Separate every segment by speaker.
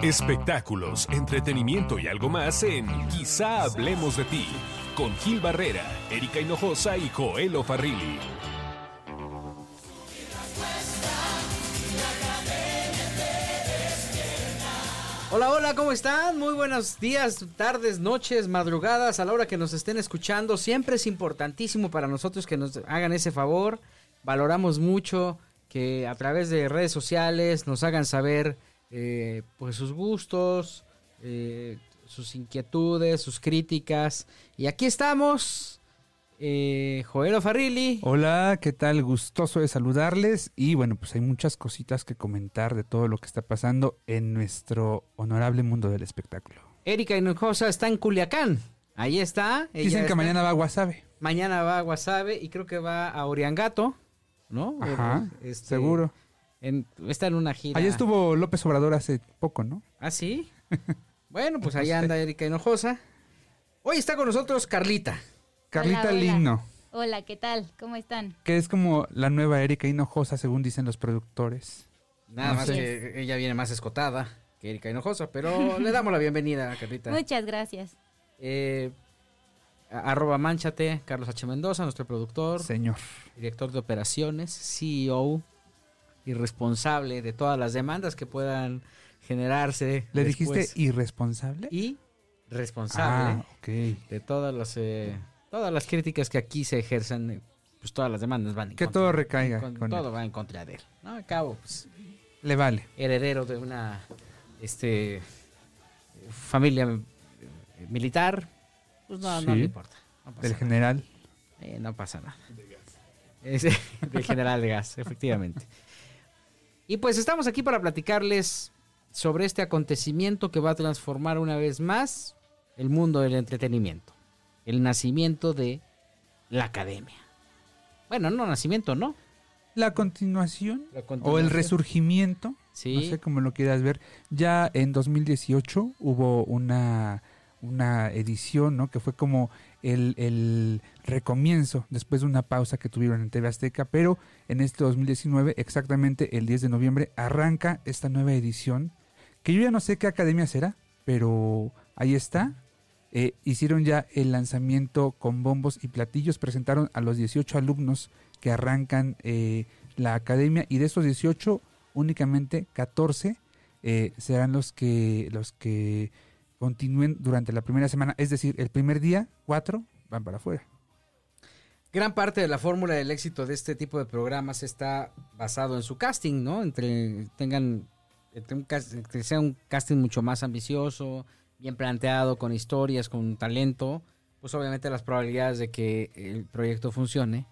Speaker 1: Espectáculos, entretenimiento y algo más en Quizá hablemos de ti con Gil Barrera, Erika Hinojosa y Joel Farrilli.
Speaker 2: Hola, hola, ¿cómo están? Muy buenos días, tardes, noches, madrugadas, a la hora que nos estén escuchando. Siempre es importantísimo para nosotros que nos hagan ese favor. Valoramos mucho que a través de redes sociales nos hagan saber eh, pues sus gustos, eh, sus inquietudes, sus críticas. Y aquí estamos, eh, Joel Farrilli.
Speaker 3: Hola, ¿qué tal? Gustoso de saludarles. Y bueno, pues hay muchas cositas que comentar de todo lo que está pasando en nuestro honorable mundo del espectáculo.
Speaker 2: Erika Hinojosa está en Culiacán. Ahí está. ella
Speaker 3: Dicen
Speaker 2: está-
Speaker 3: que
Speaker 2: Eh,
Speaker 3: mañana va a Wasabe.
Speaker 2: Mañana va a Guasave y creo que va a Oriangato, ¿no?
Speaker 3: Ajá,
Speaker 2: Este,
Speaker 3: seguro.
Speaker 2: en- está en una gira.
Speaker 3: Allá estuvo López Obrador hace poco, ¿no?
Speaker 2: ¿Ah, sí? bueno, pues allá anda
Speaker 3: eh.
Speaker 2: Erika Hinojosa. Hoy está con nosotros Carlita.
Speaker 3: Carlita
Speaker 4: Hola, hola.
Speaker 3: Lino,
Speaker 4: Hola, ¿qué tal? ¿Cómo están?
Speaker 3: que es como la nueva Erika Hinojosa, según dicen los productores.
Speaker 2: Nada
Speaker 3: No
Speaker 2: más
Speaker 3: sé.
Speaker 2: que ella viene más escotada que Erika Hinojosa, pero le damos la bienvenida a Carlita.
Speaker 4: Muchas gracias.
Speaker 2: Eh, a- arroba manchate, Carlos H. Mendoza, nuestro productor,
Speaker 3: Señor.
Speaker 2: director de operaciones, CEO y responsable de todas las demandas que puedan generarse.
Speaker 3: ¿Le
Speaker 2: después.
Speaker 3: dijiste irresponsable?
Speaker 2: y responsable
Speaker 3: Ah, ok.
Speaker 2: de todas las eh, todas las críticas que aquí se ejercen, eh, pues todas las demandas van en
Speaker 3: Que
Speaker 2: contra-
Speaker 3: todo recaiga
Speaker 2: con-
Speaker 3: con
Speaker 2: todo va en contra de él. No, al cabo, pues,
Speaker 3: Le vale.
Speaker 2: heredero de una este familia eh, militar, pues no, no
Speaker 3: Sí.
Speaker 2: le importa. No pasa,
Speaker 3: Del
Speaker 2: nada.
Speaker 3: general.
Speaker 2: Eh, no pasa nada. Es- del general de gas, efectivamente. Y pues estamos aquí para platicarles sobre este acontecimiento que va a transformar una vez más el mundo del entretenimiento. El nacimiento de la academia. Bueno, no nacimiento, ¿no?
Speaker 3: La continuación
Speaker 2: La
Speaker 3: o el
Speaker 2: continuación.
Speaker 3: resurgimiento
Speaker 2: Sí.
Speaker 3: No sé cómo lo quieras ver. Ya en 2018 hubo una, una edición, ¿no? Que fue como el, el recomienzo después de una pausa que tuvieron en TV Azteca. Pero en este 2019, exactamente el 10 de noviembre, arranca esta nueva edición. Que yo ya no sé qué academia será, pero ahí está. Eh, hicieron ya el lanzamiento con bombos y platillos. Presentaron a los 18 alumnos que arrancan eh, la academia. Y de esos 18, únicamente 14 eh, serán los que los que continúen durante la primera semana, es decir, el primer día, cuatro van para afuera.
Speaker 2: Gran parte de la fórmula del éxito de este tipo de programas está basado en su casting, ¿no? Entre tengan entre un cas- que sea un casting mucho más ambicioso, bien planteado, con historias, con talento, pues obviamente las probabilidades de que el proyecto funcione.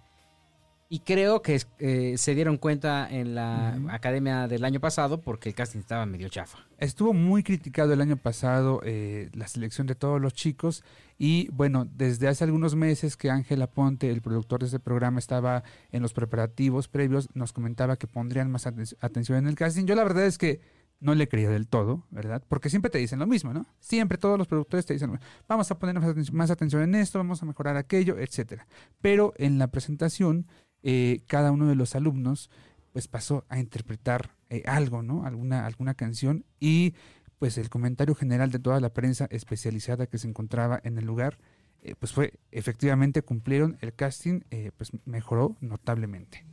Speaker 2: Y creo que eh, se dieron cuenta en la
Speaker 3: Ujú.
Speaker 2: academia del año pasado porque el casting estaba medio chafa.
Speaker 3: Estuvo muy criticado el año pasado eh, la selección de todos los chicos y bueno, desde hace algunos meses que Ángela Ponte, el productor de este programa, estaba en los preparativos previos, nos comentaba que pondrían más aten- atención en el casting. Yo la verdad es que no le creía del todo, ¿verdad? Porque siempre te dicen lo mismo, ¿no? Siempre todos los productores te dicen, vamos a poner más aten- más atención en esto, vamos a mejorar aquello, etcétera. Pero en la presentación, eh, cada uno de los alumnos pues pasó a interpretar eh, algo, ¿no? Alguna, alguna canción y pues el comentario general de toda la prensa especializada que se encontraba en el lugar, eh, pues fue, efectivamente cumplieron el casting, eh, pues mejoró notablemente.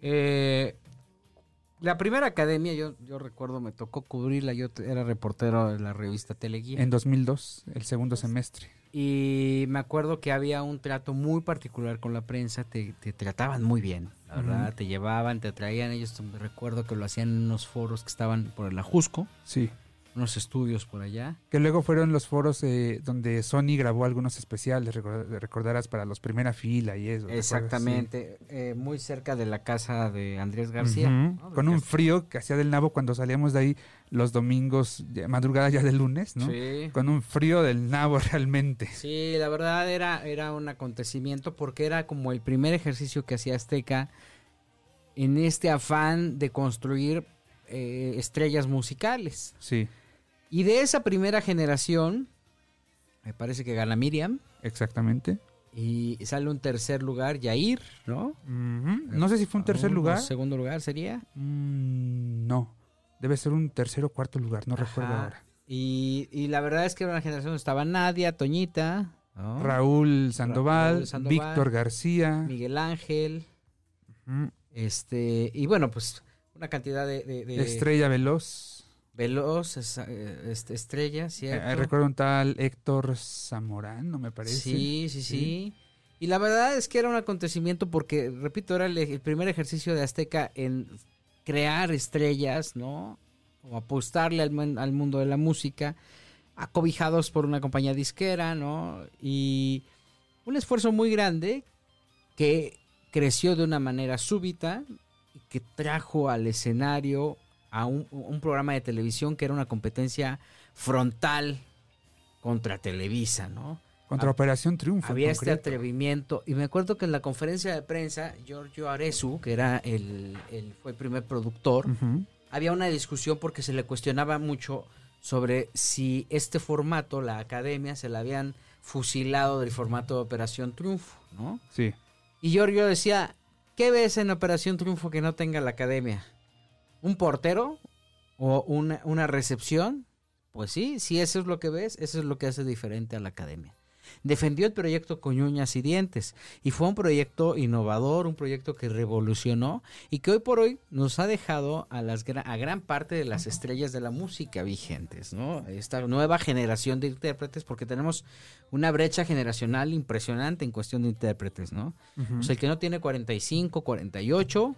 Speaker 2: Eh, la primera academia, yo, yo recuerdo, me tocó cubrirla. Yo te- era reportero de la revista Teleguía.
Speaker 3: En 2002, el segundo semestre.
Speaker 2: Y me acuerdo que había un trato muy particular con la prensa, te, te trataban muy bien, la verdad, te llevaban, te traían, ellos te- me recuerdo que lo hacían en unos foros que estaban por el Ajusco,
Speaker 3: Sí.
Speaker 2: unos estudios por allá.
Speaker 3: Que luego fueron los foros eh, donde Sony grabó algunos especiales, recor- recordarás, para los primera fila y eso. ¿recuerdas? Sí.
Speaker 2: Exactamente, eh, muy cerca de la casa de Andrés
Speaker 3: Ujú.
Speaker 2: García. ¿no?
Speaker 3: Con un frío que hacía del nabo cuando salíamos de ahí los domingos, ya- madrugada ya del lunes, ¿no?
Speaker 2: Sí.
Speaker 3: con un frío del nabo realmente.
Speaker 2: Sí, la verdad era, era un acontecimiento porque era como el primer ejercicio que hacía Azteca en este afán de construir eh, estrellas musicales.
Speaker 3: Sí,
Speaker 2: Y de esa primera generación, me parece que gana Miriam.
Speaker 3: exactamente.
Speaker 2: Y sale un tercer lugar, Yair, ¿no?
Speaker 3: No sé si fue un tercer
Speaker 2: O
Speaker 3: lugar.
Speaker 2: segundo lugar sería.
Speaker 3: Mm, no. debe ser un tercero o cuarto lugar, no recuerdo
Speaker 2: Ajá.
Speaker 3: ahora.
Speaker 2: Y, y la verdad es que en una generación no estaba Nadia, Toñita, ¿no?
Speaker 3: Raúl Sandoval,
Speaker 2: Raúl Sandoval,
Speaker 3: Víctor García.
Speaker 2: Miguel Ángel,
Speaker 3: ujú,
Speaker 2: este, y bueno, pues una cantidad de, de- de
Speaker 3: Estrella Veloz.
Speaker 2: veloz, esa- eh, este, estrella,
Speaker 3: eh,
Speaker 2: ¿cierto?
Speaker 3: recuerdo un tal Héctor Zamorano, me parece.
Speaker 2: Sí, sí, sí,
Speaker 3: Sí.
Speaker 2: Y la verdad es que era un acontecimiento porque, repito, era el, el primer ejercicio de Azteca en crear estrellas, ¿no? O apostarle al, mun- al mundo de la música, acobijados por una compañía disquera, ¿no? Y un esfuerzo muy grande que creció de una manera súbita y que trajo al escenario a un, un programa de televisión que era una competencia frontal contra Televisa, ¿no?
Speaker 3: Contra Operación Triunfo. en
Speaker 2: Ah, Había este
Speaker 3: concreto.
Speaker 2: atrevimiento. Y me acuerdo que en la conferencia de prensa, Giorgio Arezu, que era el, el- fue el primer productor,
Speaker 3: Ujú,
Speaker 2: había una discusión porque se le cuestionaba mucho sobre si este formato, la academia, se la habían fusilado del formato de Operación Triunfo, ¿no?
Speaker 3: Sí.
Speaker 2: Y Giorgio decía, ¿qué ves en Operación Triunfo que no tenga la academia? ¿Un portero? ¿O una, una recepción? Pues sí, si eso es lo que ves, eso es lo que hace diferente a la academia. Defendió el proyecto con uñas y dientes y fue un proyecto innovador, un proyecto que revolucionó y que hoy por hoy nos ha dejado a, las, gra- a gran parte de las estrellas de la música vigentes, ¿no? Esta nueva generación de intérpretes, porque tenemos una brecha generacional impresionante en cuestión de intérpretes, ¿no?
Speaker 3: ujú.
Speaker 2: O sea, el que no tiene 45, 48,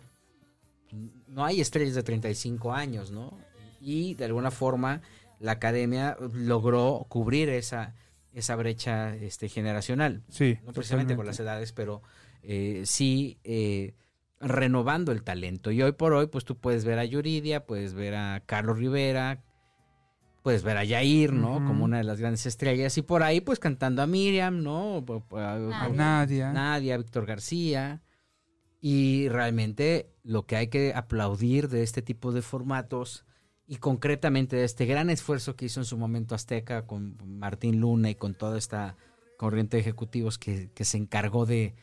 Speaker 2: no hay estrellas de 35 años, ¿no? Y de alguna forma la academia logró cubrir esa, esa brecha este, generacional.
Speaker 3: sí.
Speaker 2: No precisamente con las
Speaker 3: totalmente.
Speaker 2: edades, pero eh, sí eh, renovando el talento. Y hoy por hoy, pues tú puedes ver a Yuridia, puedes ver a Carlos Rivera, puedes ver a Yair, ¿no?
Speaker 3: Ujú.
Speaker 2: Como una de las grandes estrellas. Y por ahí, pues cantando a Miriam, ¿no? O- o- a-
Speaker 4: Nadia.
Speaker 3: A
Speaker 2: a-
Speaker 3: Nadia.
Speaker 2: Nadia, Víctor García. Y realmente lo que hay que aplaudir de este tipo de formatos y concretamente de este gran esfuerzo que hizo en su momento Azteca con Martín Luna y con toda esta corriente de ejecutivos que, que se encargó de,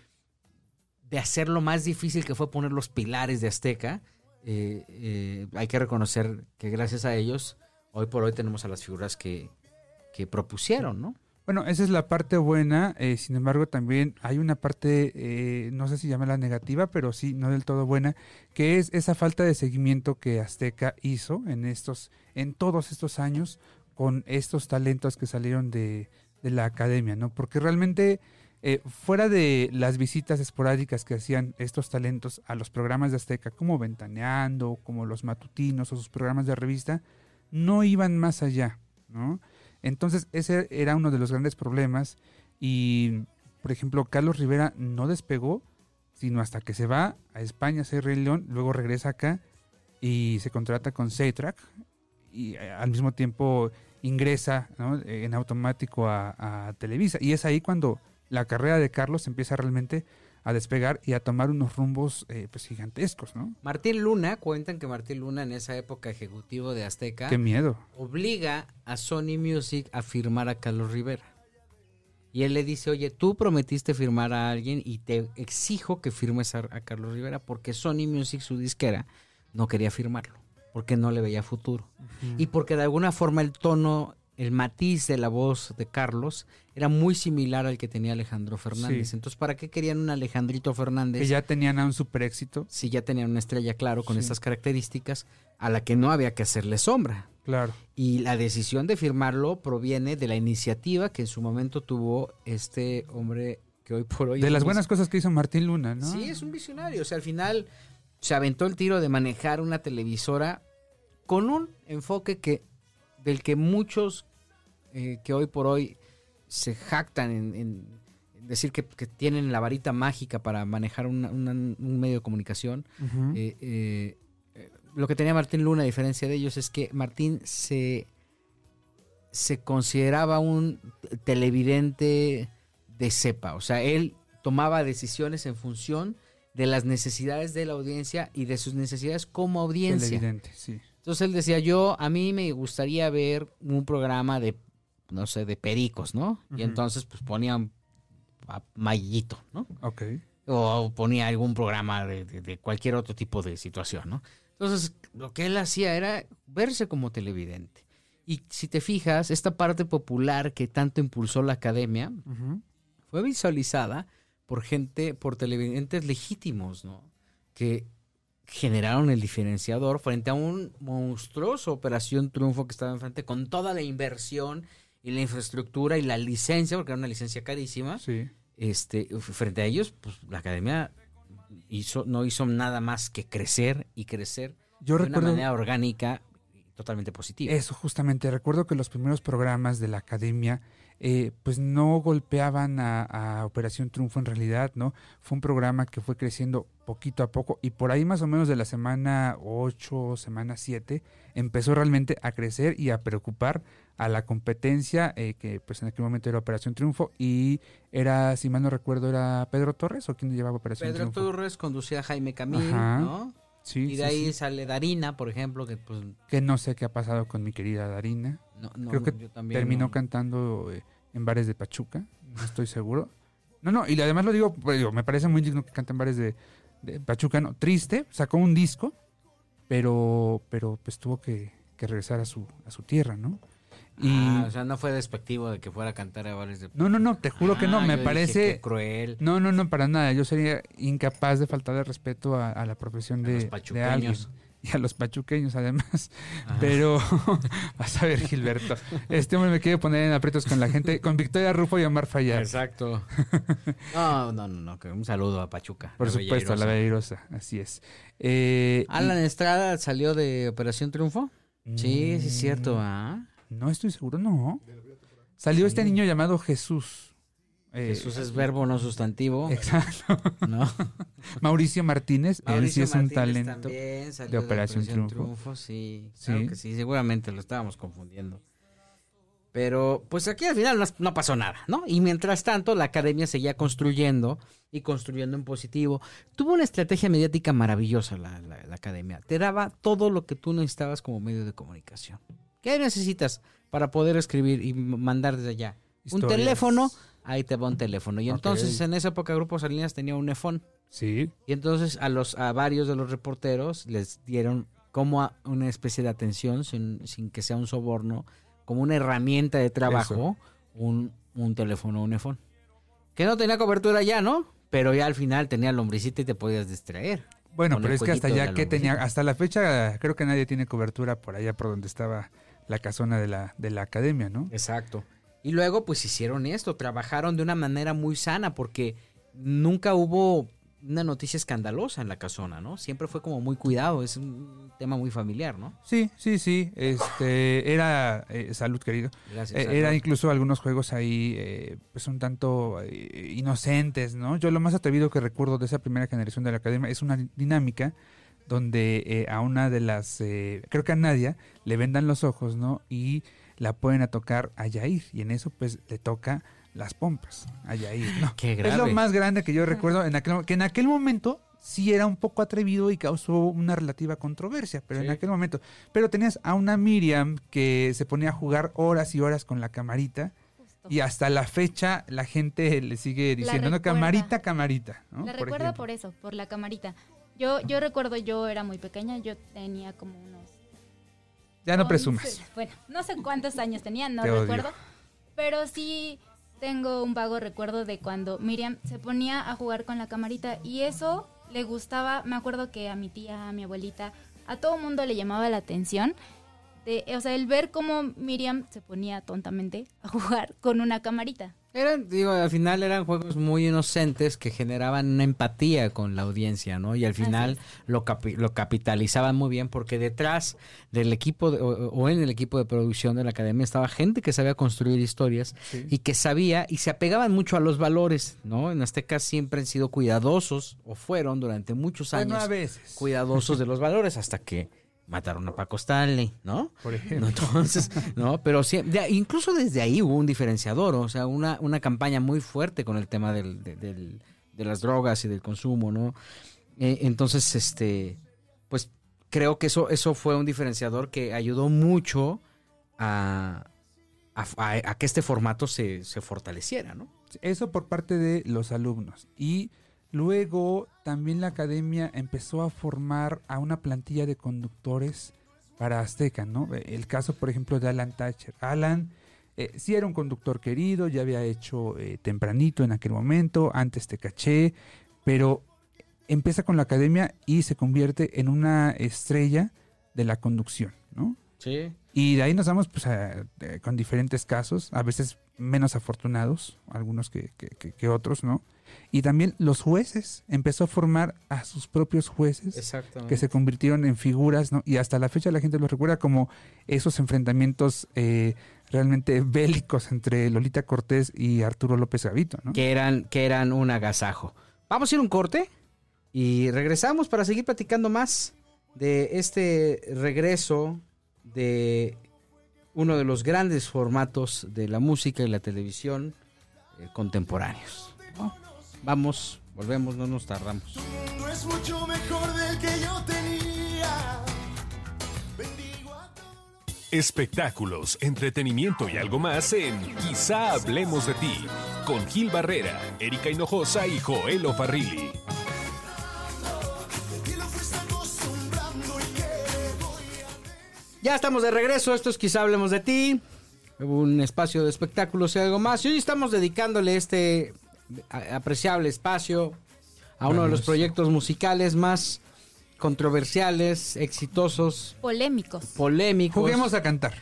Speaker 2: de hacer lo más difícil que fue poner los pilares de Azteca. eh, eh, hay que reconocer que gracias a ellos hoy por hoy tenemos a las figuras que, que propusieron, ¿no?
Speaker 3: Bueno, esa es la parte buena, eh, sin embargo también hay una parte, eh, no sé si llamarla negativa, pero sí, no del todo buena, que es esa falta de seguimiento que Azteca hizo en estos, en todos estos años con estos talentos que salieron de, de la academia, ¿no? Porque realmente eh, fuera de las visitas esporádicas que hacían estos talentos a los programas de Azteca, como Ventaneando, como los matutinos o sus programas de revista, no iban más allá, ¿no? Entonces, ese era uno de los grandes problemas. Y, por ejemplo, Carlos Rivera no despegó, sino hasta que se va a España a ser Rey León, luego regresa acá y se contrata con C-Track. Y eh, al mismo tiempo ingresa ¿no? en automático a, a Televisa. Y es ahí cuando la carrera de Carlos empieza realmente a despegar y a tomar unos rumbos eh, pues, gigantescos, ¿no?
Speaker 2: Martín Luna, cuentan que Martín Luna en esa época ejecutivo de Azteca
Speaker 3: Qué miedo.
Speaker 2: obliga a Sony Music a firmar a Carlos Rivera. Y él le dice, oye, tú prometiste firmar a alguien y te exijo que firmes a, a Carlos Rivera porque Sony Music, su disquera, no quería firmarlo, porque no le veía futuro. Y porque de alguna forma el tono, el matiz de la voz de Carlos era muy similar al que tenía Alejandro Fernández.
Speaker 3: Sí.
Speaker 2: Entonces, ¿para qué querían un Alejandrito Fernández?
Speaker 3: Que ya tenían a un super éxito.
Speaker 2: si ya tenían una estrella, claro, con
Speaker 3: Sí.
Speaker 2: estas características, a la que no había que hacerle sombra.
Speaker 3: Claro.
Speaker 2: Y la decisión de firmarlo proviene de la iniciativa que en su momento tuvo este hombre que hoy por hoy...
Speaker 3: De
Speaker 2: es
Speaker 3: las
Speaker 2: un
Speaker 3: buenas cosas que hizo Martín Luna, ¿no?
Speaker 2: pues Sí, es un visionario. O sea, al final se aventó el tiro de manejar una televisora con un enfoque que del que muchos eh, que hoy por hoy se jactan en, en- en decir que, que tienen la varita mágica para manejar una- una- un medio de comunicación.
Speaker 3: Ujú.
Speaker 2: Eh, eh, eh, lo que tenía Martín Luna, a diferencia de ellos, es que Martín se, se consideraba un t- televidente de cepa. O sea, él tomaba decisiones en función de las necesidades de la audiencia y de sus necesidades como audiencia.
Speaker 3: Televidente, sí.
Speaker 2: Entonces él decía, yo, a mí me gustaría ver un programa de, no sé, de pericos, ¿no? Y
Speaker 3: Ujú.
Speaker 2: entonces pues ponían a Mayito, ¿no?
Speaker 3: Ok.
Speaker 2: o ponía algún programa de, de- de cualquier otro tipo de situación, ¿no? Entonces, lo que él hacía era verse como televidente. Y si te fijas, esta parte popular que tanto impulsó la academia
Speaker 3: Ujú.
Speaker 2: fue visualizada por gente, por televidentes legítimos, ¿no? Que generaron el diferenciador frente a un monstruoso Operación Triunfo que estaba enfrente con toda la inversión y la infraestructura y la licencia, porque era una licencia carísima
Speaker 3: Sí.
Speaker 2: este, f- frente a ellos, pues la academia hizo, no hizo nada más que crecer y crecer
Speaker 3: Yo
Speaker 2: de una
Speaker 3: recuerdo
Speaker 2: manera orgánica y totalmente positiva.
Speaker 3: eso justamente. Recuerdo que los primeros programas de la academia eh, pues no golpeaban a, a Operación Triunfo en realidad, ¿no? Fue un programa que fue creciendo poquito a poco y por ahí más o menos de la semana 8, semana 7, empezó realmente a crecer y a preocupar a la competencia, eh, que pues en aquel momento era Operación Triunfo y era, si mal no recuerdo, era Pedro Torres o quien llevaba Operación
Speaker 2: Pedro
Speaker 3: Triunfo.
Speaker 2: Torres conducía a Jaime Camil,
Speaker 3: Ajá.
Speaker 2: ¿no?
Speaker 3: Sí,
Speaker 2: Y
Speaker 3: sí,
Speaker 2: de ahí
Speaker 3: sí.
Speaker 2: sale Darina, por ejemplo, que pues
Speaker 3: Que no sé qué ha pasado con mi querida Darina.
Speaker 2: no, no,
Speaker 3: Creo que
Speaker 2: yo también
Speaker 3: Terminó
Speaker 2: no.
Speaker 3: cantando eh, en bares de Pachuca, no estoy seguro. No, no, y además lo digo, pues, digo, me parece muy digno que cante en bares de, de Pachuca, no, triste, sacó un disco, pero, pero pues tuvo que, que regresar a su, a su tierra, ¿no? Y
Speaker 2: Ah, o sea, no fue despectivo de que fuera a cantar a bares de...
Speaker 3: no, no, no, te juro que no,
Speaker 2: Ah,
Speaker 3: me
Speaker 2: yo dije,
Speaker 3: parece...
Speaker 2: qué cruel.
Speaker 3: No, no, no, para nada. Yo sería incapaz de faltar el respeto a, a la profesión
Speaker 2: A
Speaker 3: de,
Speaker 2: los
Speaker 3: de
Speaker 2: pachuqueños.
Speaker 3: alguien. Y a los pachuqueños, además.
Speaker 2: Ajá.
Speaker 3: Pero, vas a ver, Gilberto. Este hombre me quiere poner en aprietos con la gente, con Victoria Rufo y Omar Fallar.
Speaker 2: Exacto. no, no, no, no, que un saludo a Pachuca.
Speaker 3: Por
Speaker 2: la Bella
Speaker 3: supuesto, a la
Speaker 2: Airosa.
Speaker 3: Belleirosa. Así es. Eh,
Speaker 2: Alan Estrada salió de Operación Triunfo.
Speaker 3: y-
Speaker 2: Sí, sí es cierto, ¿ah?
Speaker 3: No estoy seguro, no. Salió este niño llamado Jesús. Eh,
Speaker 2: Jesús es verbo, no sustantivo,
Speaker 3: Exacto.
Speaker 2: ¿no?
Speaker 3: Mauricio Martínez, él sí
Speaker 2: Mauricio
Speaker 3: es un
Speaker 2: Martínez
Speaker 3: talento.
Speaker 2: también salió
Speaker 3: de Operación Triunfo.
Speaker 2: sí.
Speaker 3: Sí.
Speaker 2: Claro que sí, seguramente lo estábamos confundiendo. Pero, pues aquí al final no, no pasó nada, ¿no? Y mientras tanto, la academia seguía construyendo y construyendo en positivo. Tuvo una estrategia mediática maravillosa la, la- la academia. Te daba todo lo que tú necesitabas como medio de comunicación. ¿Qué necesitas para poder escribir y m- mandar desde allá?
Speaker 3: Historias.
Speaker 2: Un teléfono, ahí te va un teléfono. Y
Speaker 3: Ok.
Speaker 2: entonces en esa época Grupo Salinas tenía un nefón.
Speaker 3: Sí,
Speaker 2: Y entonces a los a varios de los reporteros les dieron como a- una especie de atención sin, sin que sea un soborno, como una herramienta de trabajo, un, un teléfono, un iPhone. Que no tenía cobertura ya, ¿no? Pero ya al final tenía lombricita y te podías distraer.
Speaker 3: Bueno,
Speaker 2: con el
Speaker 3: pero es que hasta
Speaker 2: jueguito de
Speaker 3: ya
Speaker 2: la
Speaker 3: que tenía,
Speaker 2: lombricita.
Speaker 3: hasta la fecha creo que nadie tiene cobertura por allá por donde estaba la casona de la, de la academia, ¿no?
Speaker 2: Exacto. Y luego pues hicieron esto, trabajaron de una manera muy sana porque nunca hubo una noticia escandalosa en la casona, ¿no? Siempre fue como muy cuidado, es un tema muy familiar, ¿no?
Speaker 3: Sí, sí, sí. Este era eh, salud querido.
Speaker 2: Gracias.
Speaker 3: Eh,
Speaker 2: a
Speaker 3: era
Speaker 2: Dios.
Speaker 3: incluso algunos juegos ahí, eh, pues un tanto eh, inocentes, ¿no? Yo lo más atrevido que recuerdo de esa primera generación de la academia es una dinámica donde eh, a una de las, eh, creo que a Nadia, le vendan los ojos, ¿no? Y la pueden a tocar a Yair. Y en eso, pues, le toca las pompas a Yair, ¿no?
Speaker 2: Qué
Speaker 3: Es lo
Speaker 2: grave.
Speaker 3: más grande que yo recuerdo, en aquel, que en aquel momento sí era un poco atrevido y causó una relativa controversia, pero en
Speaker 2: Sí.
Speaker 3: aquel momento. Pero tenías a una Miriam que se ponía a jugar horas y horas con la camarita
Speaker 4: Justo.
Speaker 3: y hasta la fecha la gente le sigue diciendo, no,
Speaker 4: recuerda.
Speaker 3: camarita, camarita. ¿no?
Speaker 4: La
Speaker 3: Por
Speaker 4: recuerdo
Speaker 3: ejemplo.
Speaker 4: por eso, por la camarita. Yo, yo recuerdo, yo era muy pequeña, yo tenía como unos...
Speaker 3: Ya no
Speaker 4: 11,
Speaker 3: presumas.
Speaker 4: Bueno, no sé cuántos años tenía, no
Speaker 3: Te odio.
Speaker 4: recuerdo. Pero sí tengo un vago recuerdo de cuando Miriam se ponía a jugar con la camarita y eso le gustaba. Me acuerdo que a mi tía, a mi abuelita, a todo mundo le llamaba la atención. De, o sea, el ver cómo Miriam se ponía tontamente a jugar con una camarita.
Speaker 2: Eran, digo, al final eran juegos muy inocentes que generaban una empatía con la audiencia, ¿no? Y al final
Speaker 4: Así
Speaker 2: lo, capi- lo capitalizaban muy bien porque detrás del equipo de- o, o en el equipo de producción de la academia estaba gente que sabía construir historias y que sabía y se apegaban mucho a los valores, ¿no? En Azteca siempre han sido cuidadosos o fueron durante muchos
Speaker 3: Bueno, a
Speaker 2: años
Speaker 3: veces.
Speaker 2: cuidadosos de los valores hasta que mataron a Paco Stanley, ¿no?
Speaker 3: Por
Speaker 2: ¿no?
Speaker 3: ejemplo.
Speaker 2: Entonces, no, pero sí, de- incluso desde ahí hubo un diferenciador, o sea, una, una campaña muy fuerte con el tema del, de, del- de las drogas y del consumo, ¿no? Eh, entonces, este, pues creo que eso, eso fue un diferenciador que ayudó mucho a, a, a- a que este formato se, se fortaleciera, ¿no?
Speaker 3: Eso por parte de los alumnos. Y luego también la academia empezó a formar a una plantilla de conductores para Azteca, ¿no? El caso, por ejemplo, de Alan Thatcher. Alan eh, sí era un conductor querido, ya había hecho eh, tempranito en aquel momento, antes te caché, pero empieza con la academia y se convierte en una estrella de la conducción, ¿no?
Speaker 2: Sí.
Speaker 3: Y de ahí nos damos pues, a- eh, con diferentes casos, a veces menos afortunados, algunos que, que- que- que otros, ¿no? Y también los jueces, empezó a formar a sus propios jueces
Speaker 2: Exactamente.
Speaker 3: que se convirtieron en figuras, ¿no? Y hasta la fecha la gente los recuerda como esos enfrentamientos eh, realmente bélicos entre Lolita Cortés y Arturo López Gavito, ¿no?
Speaker 2: que eran, que eran un agasajo. Vamos a ir a un corte y regresamos para seguir platicando más de este regreso de uno de los grandes formatos de la música y la televisión eh, contemporáneos. ¿no? Vamos, volvemos, no nos tardamos.
Speaker 5: mundo es mucho mejor del que yo tenía. Bendigo a todos.
Speaker 1: Espectáculos, entretenimiento y algo más en Quizá hablemos de ti. Con Gil Barrera, Erika Hinojosa y Joel Farrilli.
Speaker 5: Y lo fuiste acostumbrando pues y que voy
Speaker 2: Ya estamos de regreso, esto es Quizá Hablemos de Ti, un espacio de espectáculos y algo más. Y hoy estamos dedicándole este a- apreciable espacio a uno de los
Speaker 3: Maravilloso.
Speaker 2: proyectos musicales más controversiales, exitosos,
Speaker 4: Polémicos.
Speaker 2: polémicos
Speaker 3: Juguemos a cantar.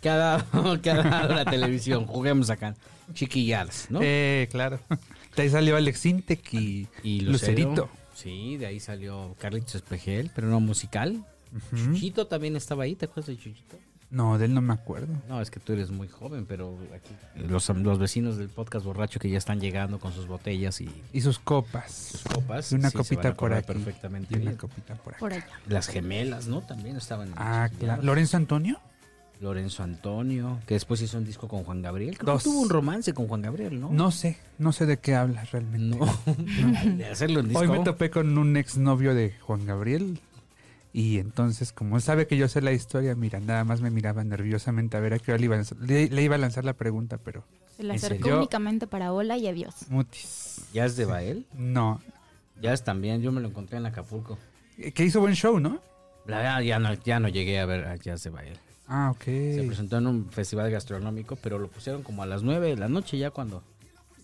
Speaker 2: que ha dado, que ha dado la televisión. Juguemos acá, chiquilladas, ¿no?
Speaker 3: Eh, claro. De ahí salió Alex Sintek y, Lucerito.
Speaker 2: Sí, de ahí salió Carlitos Espejel, pero no musical. Chuchito también estaba ahí, ¿te acuerdas de Chuchito?
Speaker 3: No, de él no me acuerdo.
Speaker 2: No, es que tú eres muy joven, pero aquí los, los vecinos del podcast borracho que ya están llegando con sus botellas y
Speaker 3: Y sus copas.
Speaker 2: sus copas.
Speaker 3: Y una
Speaker 2: sí, se van
Speaker 3: copita
Speaker 2: a
Speaker 3: por
Speaker 2: acordar
Speaker 3: aquí.
Speaker 2: Perfectamente
Speaker 3: Y una
Speaker 2: bien.
Speaker 3: copita por aquí.
Speaker 4: Por allá.
Speaker 2: Las gemelas, ¿no? También estaban. en
Speaker 3: Ah,
Speaker 2: los
Speaker 3: claro.
Speaker 2: chiquilladas.
Speaker 3: ¿Lorenzo Antonio?
Speaker 2: Lorenzo Antonio, que después hizo un disco con Juan Gabriel. Creo
Speaker 3: Dos.
Speaker 2: que tuvo un romance con Juan Gabriel, ¿no?
Speaker 3: No sé, no sé de qué hablas realmente.
Speaker 2: No. de hacerlo en disco.
Speaker 3: Hoy me topé con un exnovio de Juan Gabriel. Y entonces, como él sabe que yo sé la historia, mira, nada más me miraba nerviosamente a ver a qué hora le iba a lanzar, le, le iba a lanzar la pregunta, pero
Speaker 4: Se la
Speaker 2: ¿En
Speaker 4: acercó
Speaker 2: serio?
Speaker 4: únicamente para hola y adiós.
Speaker 3: mutis.
Speaker 2: ¿Ya es de Bael?
Speaker 3: No.
Speaker 2: Ya es también, yo me lo encontré en Acapulco.
Speaker 3: Eh, Que hizo buen show, ¿no?
Speaker 2: La verdad, ya no, ya no llegué a ver a Jazz de Bael.
Speaker 3: Ah, ok.
Speaker 2: Se presentó en un festival gastronómico, pero lo pusieron como a las 9 de la noche ya cuando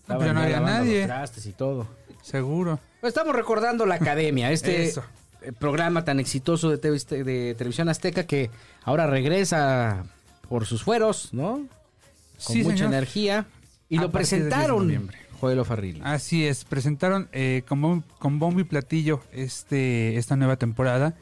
Speaker 3: pero no
Speaker 2: ya
Speaker 3: había
Speaker 2: lavando
Speaker 3: nadie.
Speaker 2: los trastes y todo.
Speaker 3: Seguro.
Speaker 2: Pues Estamos recordando la academia, este
Speaker 3: Eso.
Speaker 2: eh, programa tan exitoso de, TV azte- de televisión azteca que ahora regresa por sus fueros, ¿no? Con
Speaker 3: Sí,
Speaker 2: mucha
Speaker 3: señor.
Speaker 2: energía. Y
Speaker 3: A
Speaker 2: lo
Speaker 3: partir del 10 de
Speaker 2: presentaron
Speaker 3: noviembre. Ah,
Speaker 2: Joel O'Farrill.
Speaker 3: Así es, presentaron eh, con, bom- con bombo y platillo este, esta nueva temporada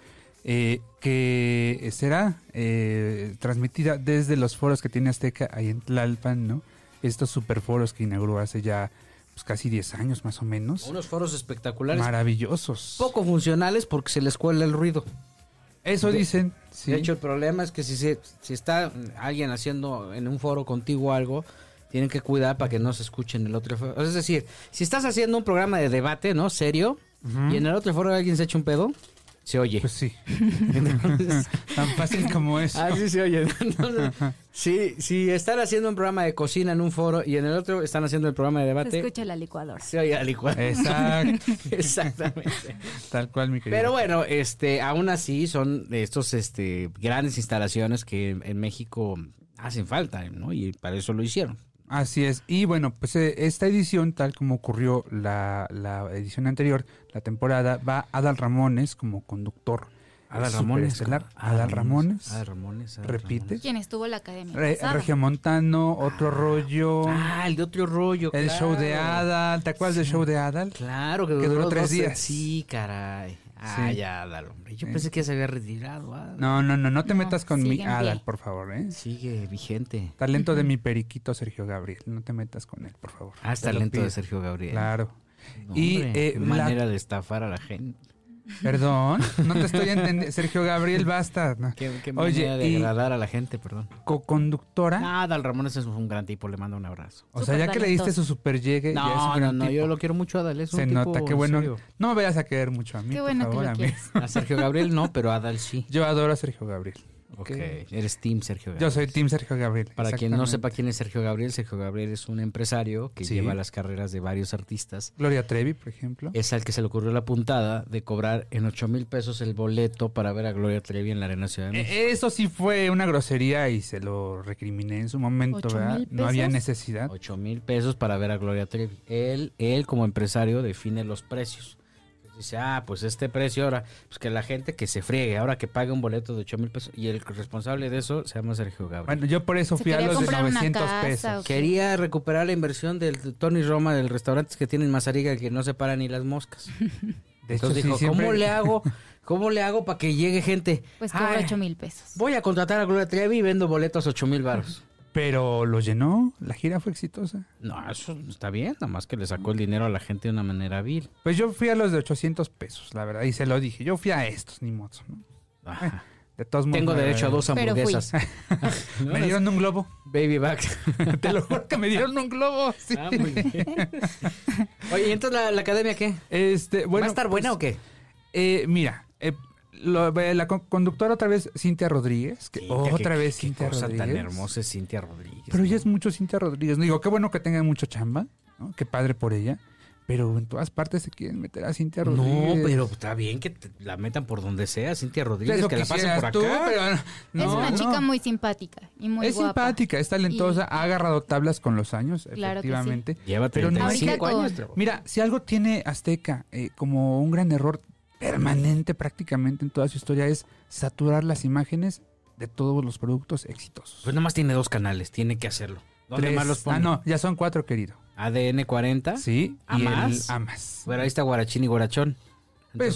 Speaker 3: eh, que será eh, transmitida desde los foros que tiene Azteca ahí en Tlalpan, ¿no? Estos superforos que inauguró hace ya pues, casi 10 años más o menos.
Speaker 2: Unos foros espectaculares,
Speaker 3: Maravillosos.
Speaker 2: Oh, poco funcionales porque se les cuela el ruido.
Speaker 3: Eso
Speaker 2: De-
Speaker 3: dicen, sí.
Speaker 2: De hecho, el problema es que si, se, si está alguien haciendo en un foro contigo algo, tienen que cuidar para que no se escuche en el otro foro. O sea, Es decir, si estás haciendo un programa de debate, ¿no? Serio, y en el otro foro alguien se echa un pedo, se oye.
Speaker 3: Pues sí. Tan fácil como eso.
Speaker 2: Ah, sí se oye. Entonces, sí, si están haciendo un programa de cocina en un foro y en el otro están haciendo el programa de
Speaker 4: Se
Speaker 2: debate,
Speaker 4: escucha la licuadora.
Speaker 2: se oye la licuadora.
Speaker 3: Exacto.
Speaker 2: Exactamente.
Speaker 3: Tal cual, mi querido.
Speaker 2: Pero bueno, este, aún así son de estos este, grandes instalaciones que en en México hacen falta, ¿no? Y para eso lo hicieron.
Speaker 3: Así es. Y bueno, pues eh, esta edición, tal como ocurrió la, la edición anterior, la temporada, va Adal Ramones como conductor.
Speaker 2: Adal
Speaker 3: Es
Speaker 2: Ramones.
Speaker 3: superestelar. Adal Ramones.
Speaker 2: Adal Ramones. Adal
Speaker 3: Repite.
Speaker 2: Ramones.
Speaker 4: ¿Quién estuvo en la academia?
Speaker 3: Re-
Speaker 4: pasada?
Speaker 3: Regiomontano, otro rollo.
Speaker 2: Ah, el de otro rollo.
Speaker 3: el
Speaker 2: claro.
Speaker 3: show de Adal. ¿Te acuerdas del show de Adal?
Speaker 2: Claro, que
Speaker 3: que
Speaker 2: duró,
Speaker 3: duró tres
Speaker 2: doce-
Speaker 3: días.
Speaker 2: Sí, caray. Ah, ya, Adal, hombre. Yo
Speaker 3: Sí.
Speaker 2: pensé que ya se había retirado. Adal.
Speaker 3: No, no, no, no te
Speaker 4: No,
Speaker 3: metas con mi
Speaker 4: sigue en pie.
Speaker 3: Adal, por favor. ¿eh?
Speaker 2: Sigue vigente.
Speaker 3: Talento de mi periquito Sergio Gabriel. No te metas con él, por favor.
Speaker 2: Ah, está
Speaker 3: Te lo
Speaker 2: lento de
Speaker 3: pido.
Speaker 2: Sergio Gabriel.
Speaker 3: Claro.
Speaker 2: No,
Speaker 3: Y,
Speaker 2: hombre,
Speaker 3: eh,
Speaker 2: qué
Speaker 3: la-
Speaker 2: manera de estafar a la gente.
Speaker 3: Perdón, no te estoy entendiendo. Sergio Gabriel, basta. No.
Speaker 2: Qué, qué
Speaker 3: Oye,
Speaker 2: manera de
Speaker 3: y-
Speaker 2: agradar a la gente, perdón.
Speaker 3: Co-conductora.
Speaker 2: Ah, Dal Ramones es un gran tipo, le mando un abrazo.
Speaker 3: O sea, ya que le diste
Speaker 4: Supertalentoso.
Speaker 3: su super llegue, Eh, ya
Speaker 2: No,
Speaker 3: es un
Speaker 2: no,
Speaker 3: gran
Speaker 2: no,
Speaker 3: tipo.
Speaker 2: yo lo quiero mucho a Adal, es un
Speaker 3: Se
Speaker 2: tipo,
Speaker 3: nota, qué
Speaker 2: en
Speaker 3: bueno.
Speaker 2: serio.
Speaker 3: No me vayas a querer mucho a mí,
Speaker 4: Qué
Speaker 3: por
Speaker 4: bueno que
Speaker 3: favor,
Speaker 4: lo
Speaker 3: a mí.
Speaker 4: quieres.
Speaker 2: A Sergio Gabriel no, pero a Adal sí.
Speaker 3: Yo adoro a Sergio Gabriel.
Speaker 2: Ok. Eres Team Sergio Gabriel.
Speaker 3: Yo soy Team Sergio Gabriel.
Speaker 2: Para quien no
Speaker 3: exactamente.
Speaker 2: sepa quién es Sergio Gabriel, Sergio Gabriel es un empresario que
Speaker 3: Sí.
Speaker 2: lleva las carreras de varios artistas.
Speaker 3: Gloria Trevi, por ejemplo.
Speaker 2: Es al que se le ocurrió la puntada de cobrar en 8 mil pesos el boleto para ver a Gloria Trevi en la Arena Ciudad de México.
Speaker 3: E- Eso sí fue una grosería y se lo recriminé en su momento,
Speaker 4: ¿Ocho
Speaker 3: ¿verdad?
Speaker 4: mil
Speaker 3: No había
Speaker 4: pesos?
Speaker 3: necesidad.
Speaker 2: 8 mil pesos para ver a Gloria Trevi. Él, él como empresario define los precios. Entonces dice, ah, pues este precio ahora, pues que la gente que se friegue, ahora que pague un boleto de 8 mil pesos. Y el responsable de eso se llama Sergio Gabriel.
Speaker 3: Bueno, yo por eso
Speaker 4: Se
Speaker 3: fui a
Speaker 4: quería
Speaker 3: los de
Speaker 4: comprar una
Speaker 3: 900
Speaker 4: casa,
Speaker 3: pesos.
Speaker 4: o-
Speaker 2: Quería recuperar la inversión del Tony Roma del restaurante que tiene en Mazariga que no se para ni las moscas.
Speaker 3: De hecho,
Speaker 2: Entonces
Speaker 3: sí,
Speaker 2: dijo,
Speaker 3: siempre-
Speaker 2: ¿cómo le hago? ¿Cómo le hago para que llegue gente?
Speaker 4: Pues cobra
Speaker 2: Ay,
Speaker 4: 8 mil pesos.
Speaker 2: Voy a contratar a Gloria Trevi y vendo boletos 8 mil baros.
Speaker 3: Pero lo llenó, la gira fue exitosa.
Speaker 2: No, eso está bien, nada más que le sacó el dinero a la gente de una manera vil.
Speaker 3: Pues yo fui a los de 800 pesos, la verdad, y se lo dije. Yo fui a estos, ni mozo. ¿no?
Speaker 2: Ajá.
Speaker 3: De todos modos.
Speaker 2: Tengo
Speaker 3: me-
Speaker 2: derecho a dos
Speaker 4: Pero fui.
Speaker 2: hamburguesas. ¿No?
Speaker 3: Me dieron un globo.
Speaker 2: Baby back.
Speaker 3: Te lo juro que me dieron un globo. sí.
Speaker 2: Ah, muy bien. Oye, ¿y entonces la, la academia qué?
Speaker 3: Este, bueno,
Speaker 2: ¿Va a estar buena
Speaker 3: pues,
Speaker 2: o qué?
Speaker 3: Eh, mira, eh, lo- eh, la co- conductora otra vez Cintia Rodríguez. que Oh, otra vez Cintia
Speaker 2: cosa
Speaker 3: Rodríguez.
Speaker 2: tan hermosa es Cintia Rodríguez.
Speaker 3: Pero
Speaker 2: ¿no?
Speaker 3: ella es mucho Cintia Rodríguez. No digo, qué bueno que tenga mucho chamba, ¿no? Qué padre por ella. Pero en todas partes se quieren meter a Cintia Rodríguez.
Speaker 2: No, pero está bien que te la metan por donde sea, Cintia
Speaker 3: Eso
Speaker 2: Rodríguez, que la pasen
Speaker 3: quisieras
Speaker 2: por acá.
Speaker 3: tú, pero no,
Speaker 4: es una
Speaker 3: no.
Speaker 4: chica muy simpática y muy
Speaker 3: es
Speaker 4: guapa.
Speaker 3: simpática, es talentosa, ha agarrado tablas con los años,
Speaker 4: Claro que sí.
Speaker 3: efectivamente.
Speaker 2: Lleva
Speaker 3: Pero no-
Speaker 2: 35
Speaker 4: Ahorita
Speaker 2: años.
Speaker 4: con-
Speaker 2: Trevor.
Speaker 3: Mira, si algo tiene Azteca eh, como un gran error permanente prácticamente en toda su historia es saturar las imágenes de todos los productos exitosos.
Speaker 2: Pues nomás tiene dos canales, tiene que hacerlo. ¿Dónde
Speaker 3: Tres-
Speaker 2: más los pone?
Speaker 3: ah, no, ya son cuatro, querido.
Speaker 2: ADN 40.
Speaker 3: Sí,
Speaker 2: ¿A
Speaker 3: y el
Speaker 2: más?
Speaker 3: Amas.
Speaker 2: Bueno, ahí está Guarachín y Guarachón.
Speaker 3: Pues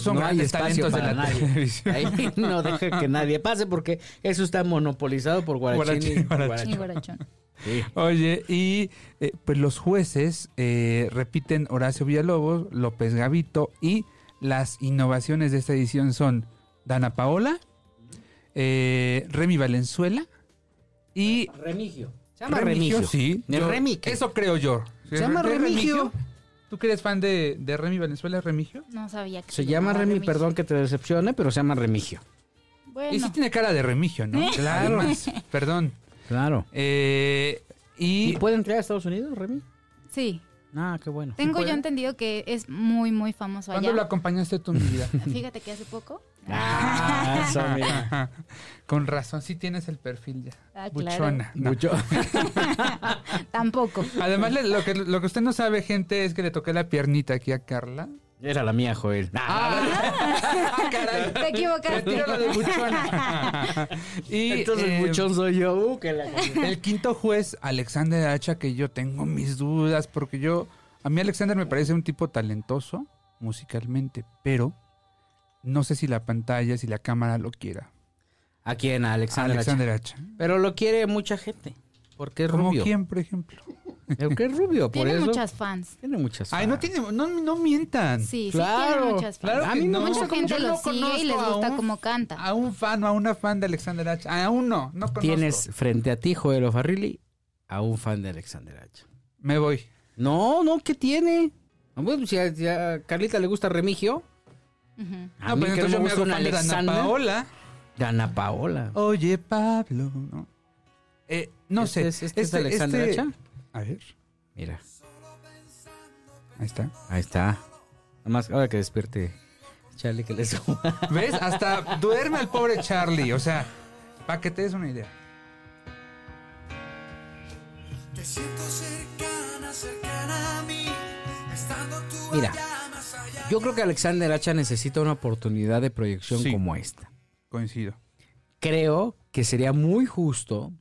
Speaker 2: Entonces,
Speaker 3: son
Speaker 2: no hay
Speaker 3: grandes
Speaker 2: espacio
Speaker 3: talentos de
Speaker 2: para
Speaker 3: la
Speaker 2: nadie.
Speaker 3: televisión.
Speaker 2: Ahí no deja que nadie pase porque eso está monopolizado por Guarachín y
Speaker 3: Guarachín, Guarachín.
Speaker 4: Y
Speaker 2: Guarachón.
Speaker 4: guarachón.
Speaker 2: Sí.
Speaker 3: Oye, y eh, pues los jueces eh, repiten Horacio Villalobos, López Gavito y las innovaciones de esta edición son Dana Paola, eh, Remy Valenzuela y
Speaker 2: Remigio. Se llama Remigio.
Speaker 3: Sí,
Speaker 2: El
Speaker 3: yo-
Speaker 2: Remy, ¿qué?
Speaker 3: eso creo yo.
Speaker 2: Se llama
Speaker 3: ¿De
Speaker 2: Remigio.
Speaker 3: ¿Tú que eres fan de, de Remy Valenzuela, Remigio?
Speaker 4: No sabía que
Speaker 2: Se llama
Speaker 4: llamaba
Speaker 2: Remy,
Speaker 4: Remigio.
Speaker 2: perdón que te decepcione, pero se llama Remigio.
Speaker 4: Bueno,
Speaker 3: Y sí tiene cara de Remigio, ¿no? Claro. Perdón.
Speaker 2: Claro.
Speaker 3: Eh, y
Speaker 2: ¿Y puede entrar a Estados Unidos, Remy?
Speaker 4: sí.
Speaker 2: Ah, qué bueno.
Speaker 4: Tengo yo
Speaker 3: puede.
Speaker 4: entendido que es muy, muy famoso
Speaker 3: ¿Cuándo
Speaker 4: allá.
Speaker 3: lo acompañaste tú, mi vida?
Speaker 4: Fíjate que hace poco.
Speaker 2: Ah, eso, mira.
Speaker 3: Con razón, sí tienes el perfil ya.
Speaker 4: Ah, claro.
Speaker 3: Buchona. no.
Speaker 2: Mucho.
Speaker 3: Ah,
Speaker 4: Tampoco.
Speaker 3: Además, le- lo que, lo que usted no sabe, gente, es que le toqué la piernita aquí a Carla.
Speaker 2: Era la mía, Joel.
Speaker 3: Ah,
Speaker 4: Ah. Te equivocaste.
Speaker 3: Tíralo de buchona. y
Speaker 2: Entonces
Speaker 3: eh,
Speaker 2: el buchón soy yo. Uh, que la-
Speaker 3: el quinto juez, Alexander Hacha, que yo tengo mis dudas, porque yo, a mí Alexander me parece un tipo talentoso musicalmente, pero no sé si la pantalla, si la cámara lo quiera.
Speaker 2: ¿A quién? A Alexander.
Speaker 3: Alexander Hacha.
Speaker 2: Hacha. Pero lo quiere mucha gente. Porque es
Speaker 3: ¿Como
Speaker 2: rubio.
Speaker 3: quién, por ejemplo?
Speaker 2: Porque es rubio, por
Speaker 4: Tiene
Speaker 2: eso.
Speaker 4: muchas fans.
Speaker 2: Tiene muchas.
Speaker 3: Ay, no
Speaker 2: fans.
Speaker 3: tiene, no, no mientan.
Speaker 4: Sí, sí
Speaker 2: Claro,
Speaker 4: tiene muchas fans.
Speaker 3: claro que
Speaker 4: a mí
Speaker 3: no.
Speaker 4: Mucha
Speaker 3: Yo
Speaker 4: gente
Speaker 3: no
Speaker 4: lo sigue y les
Speaker 3: conozco Ah. a
Speaker 4: gusta
Speaker 3: un-
Speaker 4: cómo canta.
Speaker 3: A un fan o a una fan de Alexander H. Aún no, no conozco.
Speaker 2: Tienes frente a ti, Joel O'Farrilli, a un fan de Alexander Hacha.
Speaker 3: Me voy.
Speaker 2: No, no, ¿qué tiene? No, Bueno, si a, si a Carlita le gusta Remigio. A
Speaker 4: Ujú.
Speaker 3: No,
Speaker 2: mí
Speaker 3: pero
Speaker 2: que
Speaker 3: Ah, pues
Speaker 2: no
Speaker 3: entonces yo
Speaker 2: me
Speaker 3: me
Speaker 2: gusta un
Speaker 3: hago fan de Dana
Speaker 2: Alexander.
Speaker 3: Paola.
Speaker 2: De Ana Paola.
Speaker 3: Oye, Pablo. No, Eh, no
Speaker 2: ¿Este
Speaker 3: sé.
Speaker 2: es- este es Alexander Hacha?
Speaker 3: A ver,
Speaker 2: Mira,
Speaker 3: ahí está.
Speaker 2: ahí está. Nada más, ahora que despierte Charlie, que le suba.
Speaker 3: ¿Ves? Hasta duerme el pobre Charlie. O sea, para que te des una idea.
Speaker 5: Te siento cercana, cercana a mí, estando tú
Speaker 2: Mira.
Speaker 5: allá, más allá.
Speaker 2: Yo creo que Alexander Hacha necesita una oportunidad de proyección
Speaker 3: Sí.
Speaker 2: como esta.
Speaker 3: Coincido.
Speaker 2: Creo que sería muy justo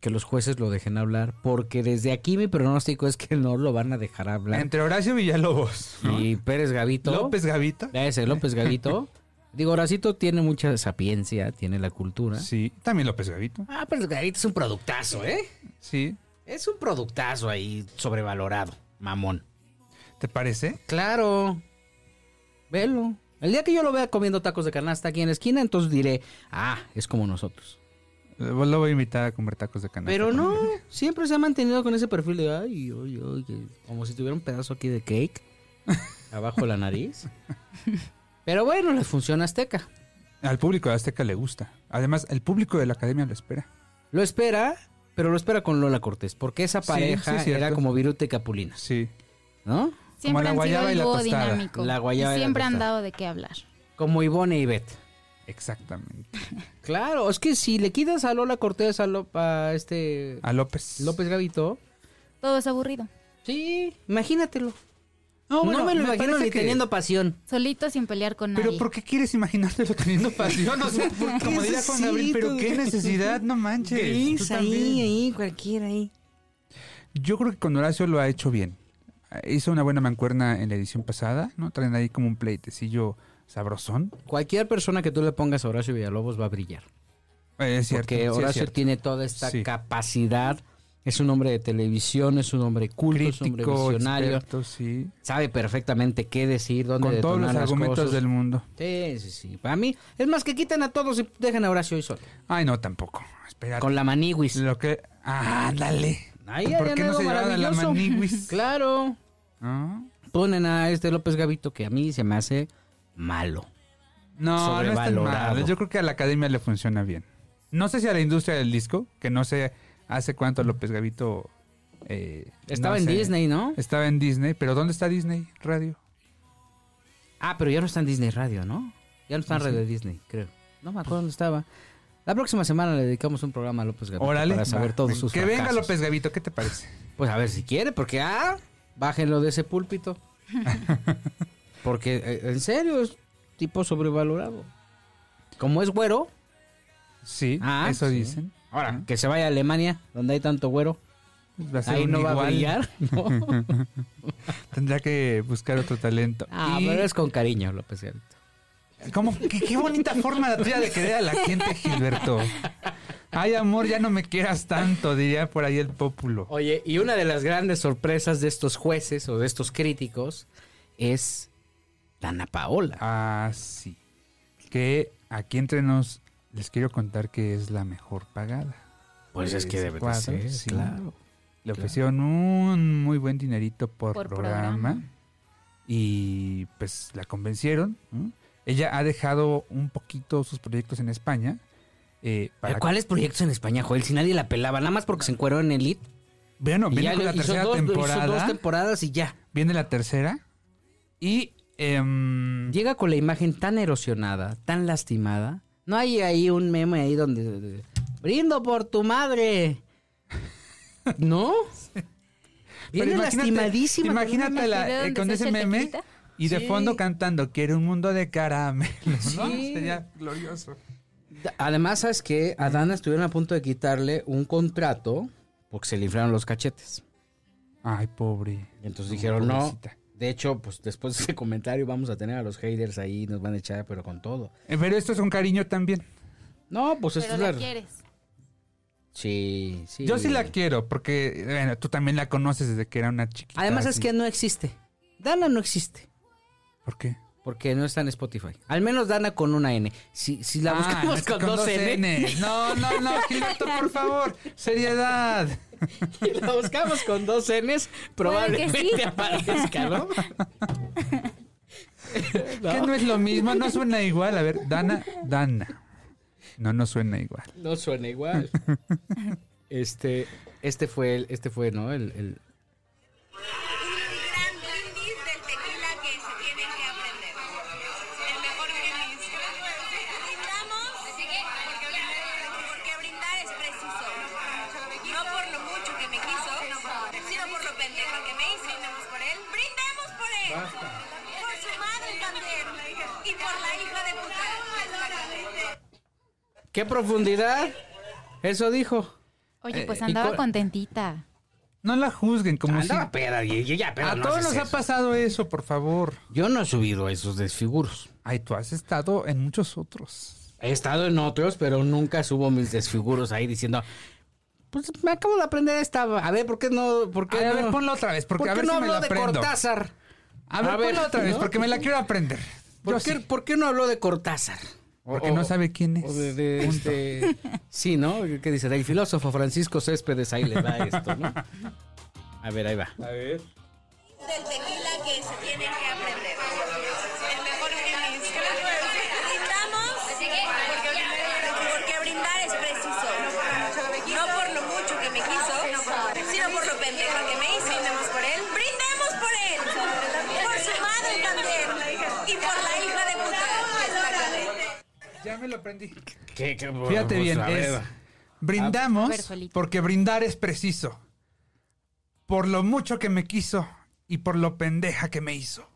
Speaker 2: que los jueces lo dejen hablar, porque desde aquí mi pronóstico es que no lo van a dejar hablar.
Speaker 3: Entre Horacio Villalobos. ¿no?
Speaker 2: Y Pérez Gavito.
Speaker 3: López Gavita.
Speaker 2: Ese, López Gavito. Digo, Horacito tiene mucha sapiencia, tiene la cultura.
Speaker 3: Sí, también López Gavito.
Speaker 2: Ah, pero Gavito es un productazo, ¿eh?
Speaker 3: Sí.
Speaker 2: Es un productazo ahí sobrevalorado, mamón.
Speaker 3: ¿Te parece?
Speaker 2: Claro. Velo. El día que yo lo vea comiendo tacos de canasta aquí en la esquina, entonces diré, ah, es como nosotros.
Speaker 3: Lo lo voy a invitar a comer tacos de canasta.
Speaker 2: Pero
Speaker 3: con
Speaker 2: no,
Speaker 3: él.
Speaker 2: siempre se ha mantenido con ese perfil de, ay, ay, ay, que- como si tuviera un pedazo aquí de cake abajo de la nariz. Pero bueno, les funciona azteca.
Speaker 3: Al público de Azteca le gusta. Además, el público de la academia lo espera.
Speaker 2: Lo espera, pero lo espera con Lola Cortés, porque esa
Speaker 3: Sí,
Speaker 2: pareja
Speaker 3: sí, cierto.
Speaker 2: era como Viruta y Capulina,
Speaker 3: Sí.
Speaker 2: ¿no?
Speaker 4: Siempre
Speaker 3: la
Speaker 4: han sido
Speaker 3: guayaba y
Speaker 4: el
Speaker 3: la
Speaker 4: dúo
Speaker 3: tostada.
Speaker 4: dinámico.
Speaker 2: La guayaba y
Speaker 4: y
Speaker 2: la
Speaker 4: siempre han
Speaker 2: tostada.
Speaker 4: dado de qué hablar.
Speaker 2: Como Ivone y Beth.
Speaker 3: Exactamente.
Speaker 2: Claro, es que si le quitas a Lola Cortés a, Lo- a este
Speaker 3: A López.
Speaker 2: López Gavito,
Speaker 4: Todo es aburrido.
Speaker 2: sí, imagínatelo. No,
Speaker 3: bueno,
Speaker 2: me lo
Speaker 3: me
Speaker 2: imagino
Speaker 3: parece
Speaker 2: ni
Speaker 3: que-
Speaker 2: teniendo pasión.
Speaker 4: Solito sin pelear con nadie.
Speaker 3: Pero ¿por qué quieres imaginártelo teniendo pasión? O sea, ¿por qué? Como diría Juan Gabriel, pero qué necesidad, no manches. Tú también.
Speaker 2: ahí, cualquiera ahí.
Speaker 3: Yo creo que con Horacio lo ha hecho bien. Eh, Hizo una buena mancuerna en la edición pasada, ¿no? Traen ahí como un pleitecillo sabrosón.
Speaker 2: Cualquier persona que tú le pongas a Horacio Villalobos va a brillar.
Speaker 3: Eh, es cierto.
Speaker 2: porque
Speaker 3: sí es
Speaker 2: Horacio
Speaker 3: cierto.
Speaker 2: tiene toda esta
Speaker 3: Sí.
Speaker 2: capacidad. Es un hombre de televisión, es un hombre culto, es un
Speaker 3: Crítico,
Speaker 2: hombre visionario.
Speaker 3: experto, sí.
Speaker 2: Sabe perfectamente qué decir, dónde
Speaker 3: Con todos
Speaker 2: detonar
Speaker 3: los
Speaker 2: las
Speaker 3: argumentos
Speaker 2: cosas.
Speaker 3: del mundo.
Speaker 2: Sí, sí, sí. Para mí, es más que quiten a todos y dejan a Horacio y solo.
Speaker 3: Ay, no, tampoco. Espera.
Speaker 2: Con la maniwis.
Speaker 3: Lo que... Ah, dale.
Speaker 2: Ahí
Speaker 3: ¿Por
Speaker 2: harían
Speaker 3: qué no
Speaker 2: algo
Speaker 3: se llevaron a la
Speaker 2: maravilloso.
Speaker 3: Maniwis?
Speaker 2: Claro.
Speaker 3: ¿No?
Speaker 2: Ponen a este López Gavito que a mí se me hace malo.
Speaker 3: No, no es tan
Speaker 2: Sobrevalorado.
Speaker 3: malo. Yo creo que a la academia le funciona bien. No sé si a la industria del disco, que no sé hace cuánto López Gavito. eh,
Speaker 2: Estaba
Speaker 3: no
Speaker 2: en
Speaker 3: sé.
Speaker 2: Disney, ¿no?
Speaker 3: Estaba en Disney, pero ¿dónde está Disney Radio?
Speaker 2: Ah, pero ya no está en Disney Radio, ¿no? Ya no está en
Speaker 3: Ah,
Speaker 2: Radio Disney, creo. No me acuerdo dónde estaba. La próxima semana le dedicamos un programa a López Gavito
Speaker 3: Órale.
Speaker 2: para saber
Speaker 3: va.
Speaker 2: todos sus
Speaker 3: Que venga
Speaker 2: fracasos.
Speaker 3: López Gavito, ¿qué te parece?
Speaker 2: Pues a ver si quiere, porque ah, bájenlo de ese púlpito. porque eh, en serio es tipo sobrevalorado. Como es güero,
Speaker 3: Sí,
Speaker 2: Ah,
Speaker 3: eso
Speaker 2: sí.
Speaker 3: dicen.
Speaker 2: ahora
Speaker 3: Ah,
Speaker 2: que se vaya a Alemania, donde hay tanto güero,
Speaker 3: pues va a ser
Speaker 2: ahí
Speaker 3: un
Speaker 2: no va a
Speaker 3: igual.
Speaker 2: brillar. ¿no?
Speaker 3: Tendrá que buscar otro talento.
Speaker 2: ah,
Speaker 3: Y-
Speaker 2: pero es con cariño, López Gavito.
Speaker 3: ¿Cómo? ¿Qué, qué bonita forma la tuya de querer a la gente, Gilberto. Ay, amor, ya no me quieras tanto, diría por ahí el pópulo.
Speaker 2: Oye, y una de las grandes sorpresas de estos jueces o de estos críticos es Dana Paola.
Speaker 3: Ah, sí. Que aquí entre nos les quiero contar que es la mejor pagada.
Speaker 2: Pues es que
Speaker 3: Tres,
Speaker 2: debe de
Speaker 3: cuatro,
Speaker 2: ser,
Speaker 3: sí.
Speaker 2: claro.
Speaker 3: Le ofrecieron un muy buen dinerito por,
Speaker 4: Por
Speaker 3: programa,
Speaker 4: programa.
Speaker 3: y pues la convencieron. ¿no? Ella ha dejado un poquito sus proyectos en España. eh, para
Speaker 2: ¿Pero ¿Cuáles proyectos en España, Joel? Si nadie la pelaba, nada más porque se encueró en Elite.
Speaker 3: Bueno,
Speaker 2: Y
Speaker 3: viene
Speaker 2: ya
Speaker 3: con
Speaker 2: lo-
Speaker 3: la
Speaker 2: hizo
Speaker 3: tercera
Speaker 2: dos, hizo
Speaker 3: temporada.
Speaker 2: dos temporadas y ya.
Speaker 3: Viene la tercera. Y em,
Speaker 2: Llega con la imagen tan erosionada, tan lastimada. No hay ahí un meme ahí donde... donde- Brindo por tu madre. ¿No?
Speaker 3: Pero
Speaker 2: Viene
Speaker 3: imagínate-
Speaker 2: lastimadísima. con una
Speaker 3: Imagínate la-
Speaker 4: imagen
Speaker 3: eh,
Speaker 4: donde
Speaker 3: con
Speaker 4: se
Speaker 3: ese
Speaker 4: echa el
Speaker 3: meme
Speaker 4: tequilita.
Speaker 3: y de
Speaker 2: Sí.
Speaker 3: fondo cantando Quiero un mundo de caramelo. ¿no?
Speaker 2: Sí.
Speaker 3: Sería glorioso.
Speaker 2: Además, ¿sabes que A Dana estuvieron a punto de quitarle un contrato porque se le inflaron los cachetes.
Speaker 3: Ay, pobre.
Speaker 2: Y entonces
Speaker 3: Ay,
Speaker 2: dijeron, no.
Speaker 3: pobrecita.
Speaker 2: De hecho, pues después de ese comentario vamos a tener a los haters ahí, nos van a echar, pero con todo.
Speaker 3: Eh, Pero esto es un cariño también.
Speaker 2: No, pues esto
Speaker 4: Pero
Speaker 2: es
Speaker 4: la
Speaker 2: la-
Speaker 4: quieres.
Speaker 2: Sí, sí.
Speaker 3: Yo sí la quiero, porque bueno, tú también la conoces desde que era una chiquita.
Speaker 2: Además es
Speaker 3: así.
Speaker 2: que no existe. Dana no existe.
Speaker 3: ¿Por qué?
Speaker 2: Porque no está en Spotify. Al menos Dana con una N. Si, si la
Speaker 3: Ah,
Speaker 2: buscamos
Speaker 3: no,
Speaker 2: con, dos N,
Speaker 3: N. No, no, no, Gilberto, por favor. Seriedad.
Speaker 2: si la buscamos con dos Ns,
Speaker 4: Puede que
Speaker 2: probablemente
Speaker 4: sí.
Speaker 2: aparezca, ¿no?
Speaker 3: Que no es lo mismo, no suena igual. A ver, Dana, Dana. No, no suena igual.
Speaker 2: No suena igual. Este, este fue el, este fue, ¿no? El, el-
Speaker 6: un gran brindis del tequila que se tienen que aprender. El mejor brindis. Brindamos porque brindar es preciso. No por lo mucho que me quiso, sino por lo pendejo que me hizo. Brindamos por él. Brindamos por él. Por su madre también. Y por la hija de puta.
Speaker 2: ¿Qué profundidad? Eso dijo.
Speaker 4: Oye, pues
Speaker 2: Eh, y
Speaker 4: andaba
Speaker 2: co-
Speaker 4: contentita.
Speaker 3: No la juzguen como
Speaker 2: Andaba
Speaker 3: si.
Speaker 2: peda, Guille, ya peda,
Speaker 3: A
Speaker 2: no
Speaker 3: todos
Speaker 2: haces
Speaker 3: nos ha
Speaker 2: eso.
Speaker 3: pasado eso, por favor.
Speaker 2: Yo no he subido a esos desfiguros.
Speaker 3: Ay, tú has estado en muchos otros.
Speaker 2: He estado en otros, pero nunca subo mis desfiguros ahí diciendo, pues me acabo de aprender esta. A ver, ¿por qué no? ¿Por qué
Speaker 3: Ay, a
Speaker 2: no?
Speaker 3: ver, ponla otra vez, porque
Speaker 2: ¿Por
Speaker 3: a
Speaker 2: qué
Speaker 3: ver
Speaker 2: no
Speaker 3: si me
Speaker 2: habló
Speaker 3: la
Speaker 2: de
Speaker 3: aprendo.
Speaker 2: Cortázar?
Speaker 3: A ver,
Speaker 2: A ver,
Speaker 3: ponla otra vez,
Speaker 2: ¿no?
Speaker 3: porque me la quiero aprender.
Speaker 2: ¿Por
Speaker 3: Yo
Speaker 2: qué,
Speaker 3: sí,
Speaker 2: por qué no habló de Cortázar?
Speaker 3: porque
Speaker 2: O-
Speaker 3: no sabe quién es.
Speaker 2: o de- de este- sí, ¿no? ¿Qué dice? Del filósofo Francisco Céspedes ahí le da esto, ¿no? A ver, ahí va.
Speaker 6: del tequila que se tiene que aprender. El mejor brindis. Brindamos hizo, sino por lo pendeja que me hizo. Brindemos por él. Brindemos por él. Por su madre también. Y por la hija de puta. Exactamente.
Speaker 3: Ya me lo aprendí.
Speaker 7: ¿Qué, qué,
Speaker 3: Fíjate
Speaker 7: pues,
Speaker 3: bien,
Speaker 7: a
Speaker 3: es
Speaker 7: ver.
Speaker 3: brindamos
Speaker 4: A ver, Jolito.
Speaker 3: porque brindar es preciso. Por lo mucho que me quiso y por lo pendeja que me hizo.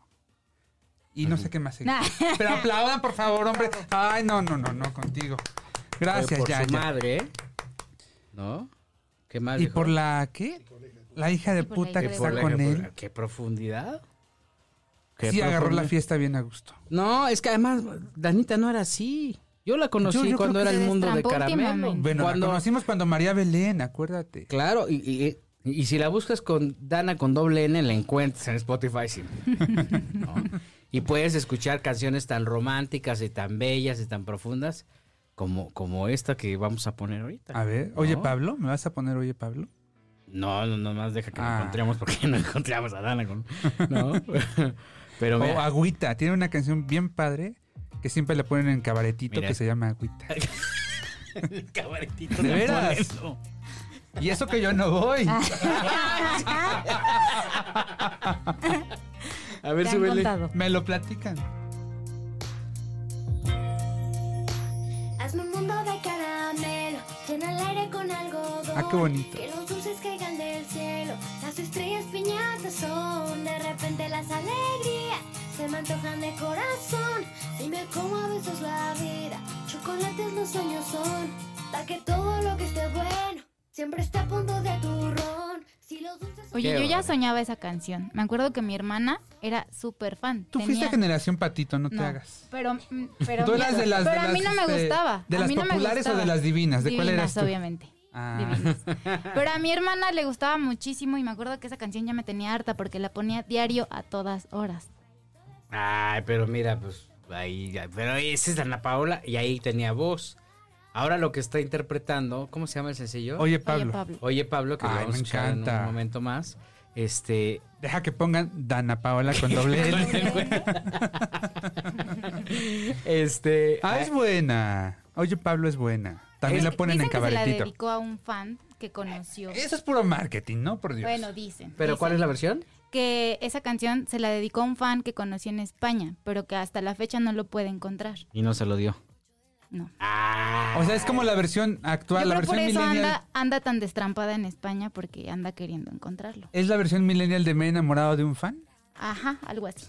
Speaker 3: Y no sé qué más. seguir.
Speaker 4: Nah.
Speaker 3: Pero aplaudan, por favor, hombre. Ay, no, no, no, no, contigo. Gracias,
Speaker 2: por
Speaker 3: ya,
Speaker 2: su
Speaker 3: ya.
Speaker 2: madre, ¿eh? ¿No? ¿Qué más
Speaker 3: Y
Speaker 2: dijo?
Speaker 3: por la qué? La hija de
Speaker 4: Y por la
Speaker 3: puta
Speaker 4: hija
Speaker 3: que
Speaker 4: de
Speaker 3: está
Speaker 4: puta.
Speaker 3: con él.
Speaker 2: ¿Qué profundidad? ¿Qué
Speaker 3: Sí agarró la
Speaker 2: profundidad?
Speaker 3: fiesta bien a gusto.
Speaker 2: No, es que además Danita no era así. Yo la conocí
Speaker 3: Yo- yo
Speaker 2: cuando
Speaker 3: creo
Speaker 2: era
Speaker 4: que
Speaker 2: el
Speaker 4: se
Speaker 2: mundo de
Speaker 4: destrampó
Speaker 2: caramelo.
Speaker 4: últimamente.
Speaker 3: Bueno,
Speaker 2: Cuando-
Speaker 3: la conocimos cuando María Belén, acuérdate.
Speaker 2: Claro, y, y- y si la buscas con Dana con doble N, la encuentras en Spotify. sí. ¿No? Y puedes escuchar canciones tan románticas y tan bellas y tan profundas como, como esta que vamos a poner ahorita.
Speaker 3: A ver, oye
Speaker 2: ¿No?
Speaker 3: Pablo, ¿me vas a poner oye Pablo?
Speaker 2: No, no, no más deja que
Speaker 3: Ah.
Speaker 2: la encontremos porque no encontramos a Dana con. ¿No? Pero
Speaker 3: O
Speaker 2: mira,
Speaker 3: Agüita, tiene una canción bien padre que siempre la ponen en cabaretito
Speaker 2: Mira.
Speaker 3: que se llama Agüita.
Speaker 2: el cabaretito
Speaker 3: ¿De
Speaker 2: la
Speaker 3: veras?
Speaker 2: pone, ¿no?
Speaker 3: Y eso que yo no voy.
Speaker 4: Ah.
Speaker 2: A ver,
Speaker 4: Te han
Speaker 2: súbele.
Speaker 4: contado.
Speaker 3: Me lo platican.
Speaker 8: Hazme un mundo de caramelo, llena el aire con algodón.
Speaker 3: Ah, qué bonito.
Speaker 8: Que los dulces caigan del cielo, las estrellas piñatas son. De repente las alegrías se me antojan de corazón. Dime cómo a veces la vida, chocolates los sueños son. Pa' que todo lo que esté bueno, siempre está a punto de turrón. Si los dulces son-
Speaker 4: Oye,
Speaker 2: Qué
Speaker 4: yo ya
Speaker 2: bárbaro.
Speaker 4: soñaba esa canción. Me acuerdo que mi hermana era súper fan.
Speaker 3: Tú fuiste
Speaker 4: Tenía-
Speaker 3: generación patito, no, te
Speaker 4: No,
Speaker 3: hagas.
Speaker 4: Pero, mm, pero,
Speaker 3: Tú eras
Speaker 4: mira,
Speaker 3: de las-
Speaker 4: pero
Speaker 3: de
Speaker 4: a mí
Speaker 3: las,
Speaker 4: no me
Speaker 3: este,
Speaker 4: gustaba.
Speaker 3: de
Speaker 4: a
Speaker 3: las
Speaker 4: mí no me
Speaker 3: populares o de
Speaker 4: gustaba.
Speaker 3: las divinas, ¿de cuál
Speaker 4: Divinas,
Speaker 3: eras tú?
Speaker 4: obviamente.
Speaker 3: Ah.
Speaker 4: Divinas. Pero a mi hermana le gustaba muchísimo y me acuerdo que esa canción ya me tenía harta porque la ponía diario a todas horas.
Speaker 2: Ay, pero mira, pues ahí, ya- pero esa es Ana Paola y ahí tenía voz. Ahora lo que está interpretando, ¿cómo se llama el sencillo?
Speaker 3: Oye
Speaker 4: Oye,
Speaker 3: Pablo,
Speaker 4: Pablo.
Speaker 2: Oye, Pablo, que lo
Speaker 3: Ay,
Speaker 2: vamos
Speaker 3: me
Speaker 2: a escuchar en
Speaker 3: encanta.
Speaker 2: un momento más. Este,
Speaker 3: deja que pongan Dana Paola con doble L.
Speaker 2: este,
Speaker 3: ah, es buena. Oye Pablo es buena. También
Speaker 4: Eh, Es
Speaker 3: la
Speaker 4: que
Speaker 3: ponen en
Speaker 4: dicen Que se la
Speaker 3: cabaretito.
Speaker 4: dedicó a un fan que conoció.
Speaker 3: Eso es puro marketing, ¿no? Por Dios.
Speaker 4: Bueno, dicen.
Speaker 2: pero ¿cuál es la versión?
Speaker 4: Que esa canción se la dedicó a un fan que conoció en España, pero que hasta la fecha no lo puede encontrar.
Speaker 2: Y no se lo dio.
Speaker 4: No.
Speaker 2: Ah,
Speaker 3: o sea, es como la versión actual,
Speaker 4: Yo
Speaker 3: Ah, la
Speaker 4: creo por
Speaker 3: versión
Speaker 4: eso
Speaker 3: millennial.
Speaker 4: anda, anda tan destrampada en España porque anda queriendo encontrarlo.
Speaker 3: ¿Es la versión millennial de Me he enamorado de un fan?
Speaker 4: Ajá, algo así.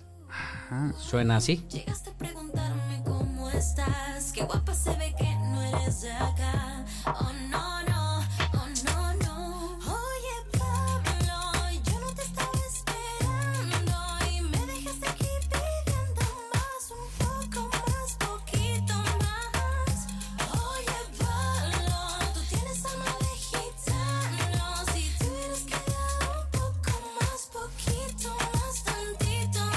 Speaker 2: Suena así.
Speaker 9: Llegaste a preguntarme cómo estás. Qué guapa se ve que no eres de acá. Oh no, no, oh no, no. Oye, Pablo, yo no te estaba esperando. Y me dejaste aquí pidiendo más, un poco más, poquito más. Oye, Pablo, tú tienes alma de gitano. Si te hubieras quedado un poco más, poquito más, tantito más.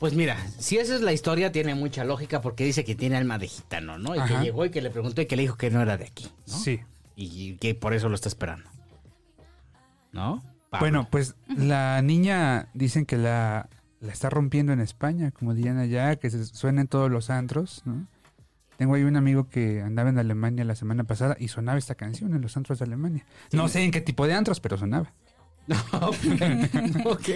Speaker 2: Pues mira, si esa es la historia, tiene mucha lógica porque dice que tiene alma de gitano, ¿no? Y
Speaker 3: Ajá.
Speaker 2: que llegó y que le preguntó y que le dijo que no era de aquí. ¿no?
Speaker 3: Sí.
Speaker 2: Y, y que por eso lo está esperando. ¿No? Pablo.
Speaker 3: Bueno, pues la niña dicen que la, la está rompiendo en España, como dirían allá, que se suena en todos los antros, ¿no? Tengo ahí un amigo que andaba en Alemania la semana pasada y sonaba esta canción en los antros de Alemania. No sé en qué tipo de antros, pero sonaba.
Speaker 2: ok,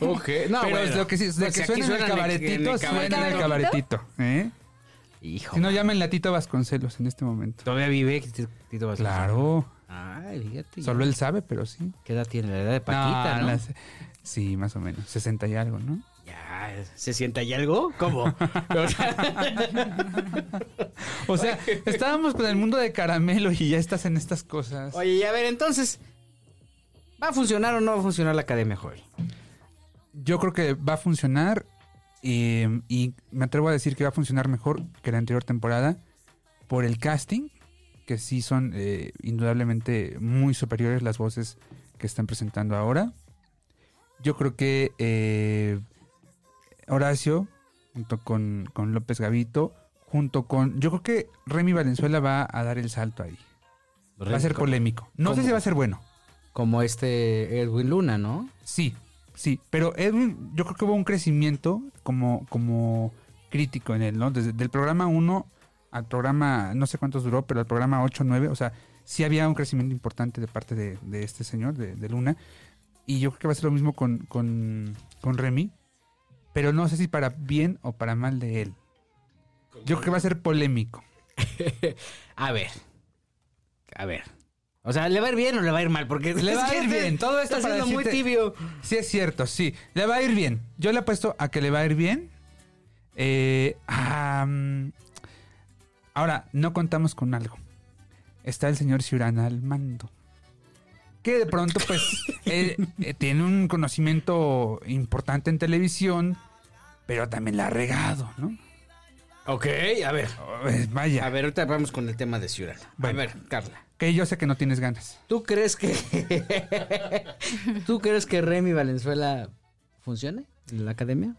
Speaker 2: ok. No,
Speaker 3: pero es
Speaker 2: bueno.
Speaker 3: lo que, sí, es lo
Speaker 2: Pues
Speaker 3: que
Speaker 2: aquí
Speaker 3: suena en el cabaretito, suena en el cabaretito. ¿eh?
Speaker 2: Hijo.
Speaker 3: Si no, llamen a Tito Vasconcelos en este momento.
Speaker 2: Todavía vive Tito Vasconcelos.
Speaker 3: Claro,
Speaker 2: Ay, fíjate.
Speaker 3: solo él sabe, pero sí.
Speaker 2: ¿Qué edad tiene? La edad de Paquita,
Speaker 3: Ah,
Speaker 2: ¿no?
Speaker 3: las- sí, más o menos, 60 y algo, ¿no?
Speaker 2: Ya, ¿se sienta ahí algo? ¿Cómo? O sea,
Speaker 3: O sea, estábamos con el mundo de caramelo y ya estás en estas cosas.
Speaker 2: Oye, y a ver, entonces, ¿va a funcionar o no va a funcionar la Academia Joven?
Speaker 3: Yo creo que va a funcionar eh, y me atrevo a decir que va a funcionar mejor que la anterior temporada por el casting, que sí son eh, indudablemente muy superiores las voces que están presentando ahora. Yo creo que eh, Horacio, junto con, con López Gavito, junto con... Yo creo que Remy Valenzuela va a dar el salto ahí. Va a ser polémico. No sé
Speaker 2: ¿Cómo?
Speaker 3: si va a ser bueno.
Speaker 2: Como este Edwin Luna, ¿no?
Speaker 3: Sí, sí, pero Edwin, yo creo que hubo un crecimiento como, como crítico en él, ¿no? Desde el programa 1 al programa, no sé cuántos duró, pero al programa 8, 9, o sea, sí había un crecimiento importante de parte de, de este señor, de, de Luna. Y yo creo que va a ser lo mismo con, con, con Remy, pero no sé si para bien o para mal de él. Yo creo que va a ser polémico.
Speaker 2: A ver. A ver. O sea, ¿le va a ir bien o le va a ir mal? Porque
Speaker 3: Le
Speaker 2: es
Speaker 3: va a
Speaker 2: que
Speaker 3: ir
Speaker 2: este
Speaker 3: bien. Todo esto
Speaker 2: está
Speaker 3: para
Speaker 2: siendo muy
Speaker 3: decirte-
Speaker 2: tibio.
Speaker 3: Sí, es cierto, sí. Le va a ir bien. Yo le apuesto a que le va a ir bien. Eh, am, ahora, no contamos con algo. Está el señor Ciurana al mando. Que de pronto, pues, él, eh, tiene un conocimiento importante en televisión, pero también la ha regado, ¿no?
Speaker 2: Ok, a ver.
Speaker 3: Eh, vaya,
Speaker 2: A ver, ahorita vamos con el tema de Ciudad.
Speaker 3: Bueno.
Speaker 2: A ver, Carla.
Speaker 3: que yo sé que no tienes ganas.
Speaker 2: ¿Tú crees que. ¿Tú crees que Remy Valenzuela funcione en la academia?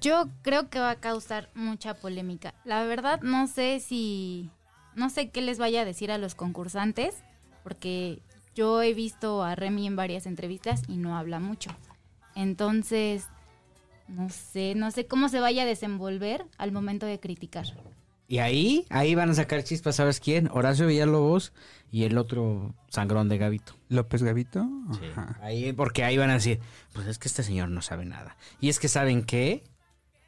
Speaker 4: Yo creo que va a causar mucha polémica. La verdad no sé si no sé qué les vaya a decir a los concursantes porque yo he visto a Remy en varias entrevistas y no habla mucho. Entonces, no sé, no sé cómo se vaya a desenvolver al momento de criticar.
Speaker 2: Y ahí, ahí van a sacar chispas, ¿sabes quién? Horacio Villalobos y el otro sangrón de Gavito.
Speaker 3: López Gavito.
Speaker 2: Sí.
Speaker 3: Ajá.
Speaker 2: Ahí, porque ahí van a decir, pues es que este señor no sabe nada. Y es que saben qué,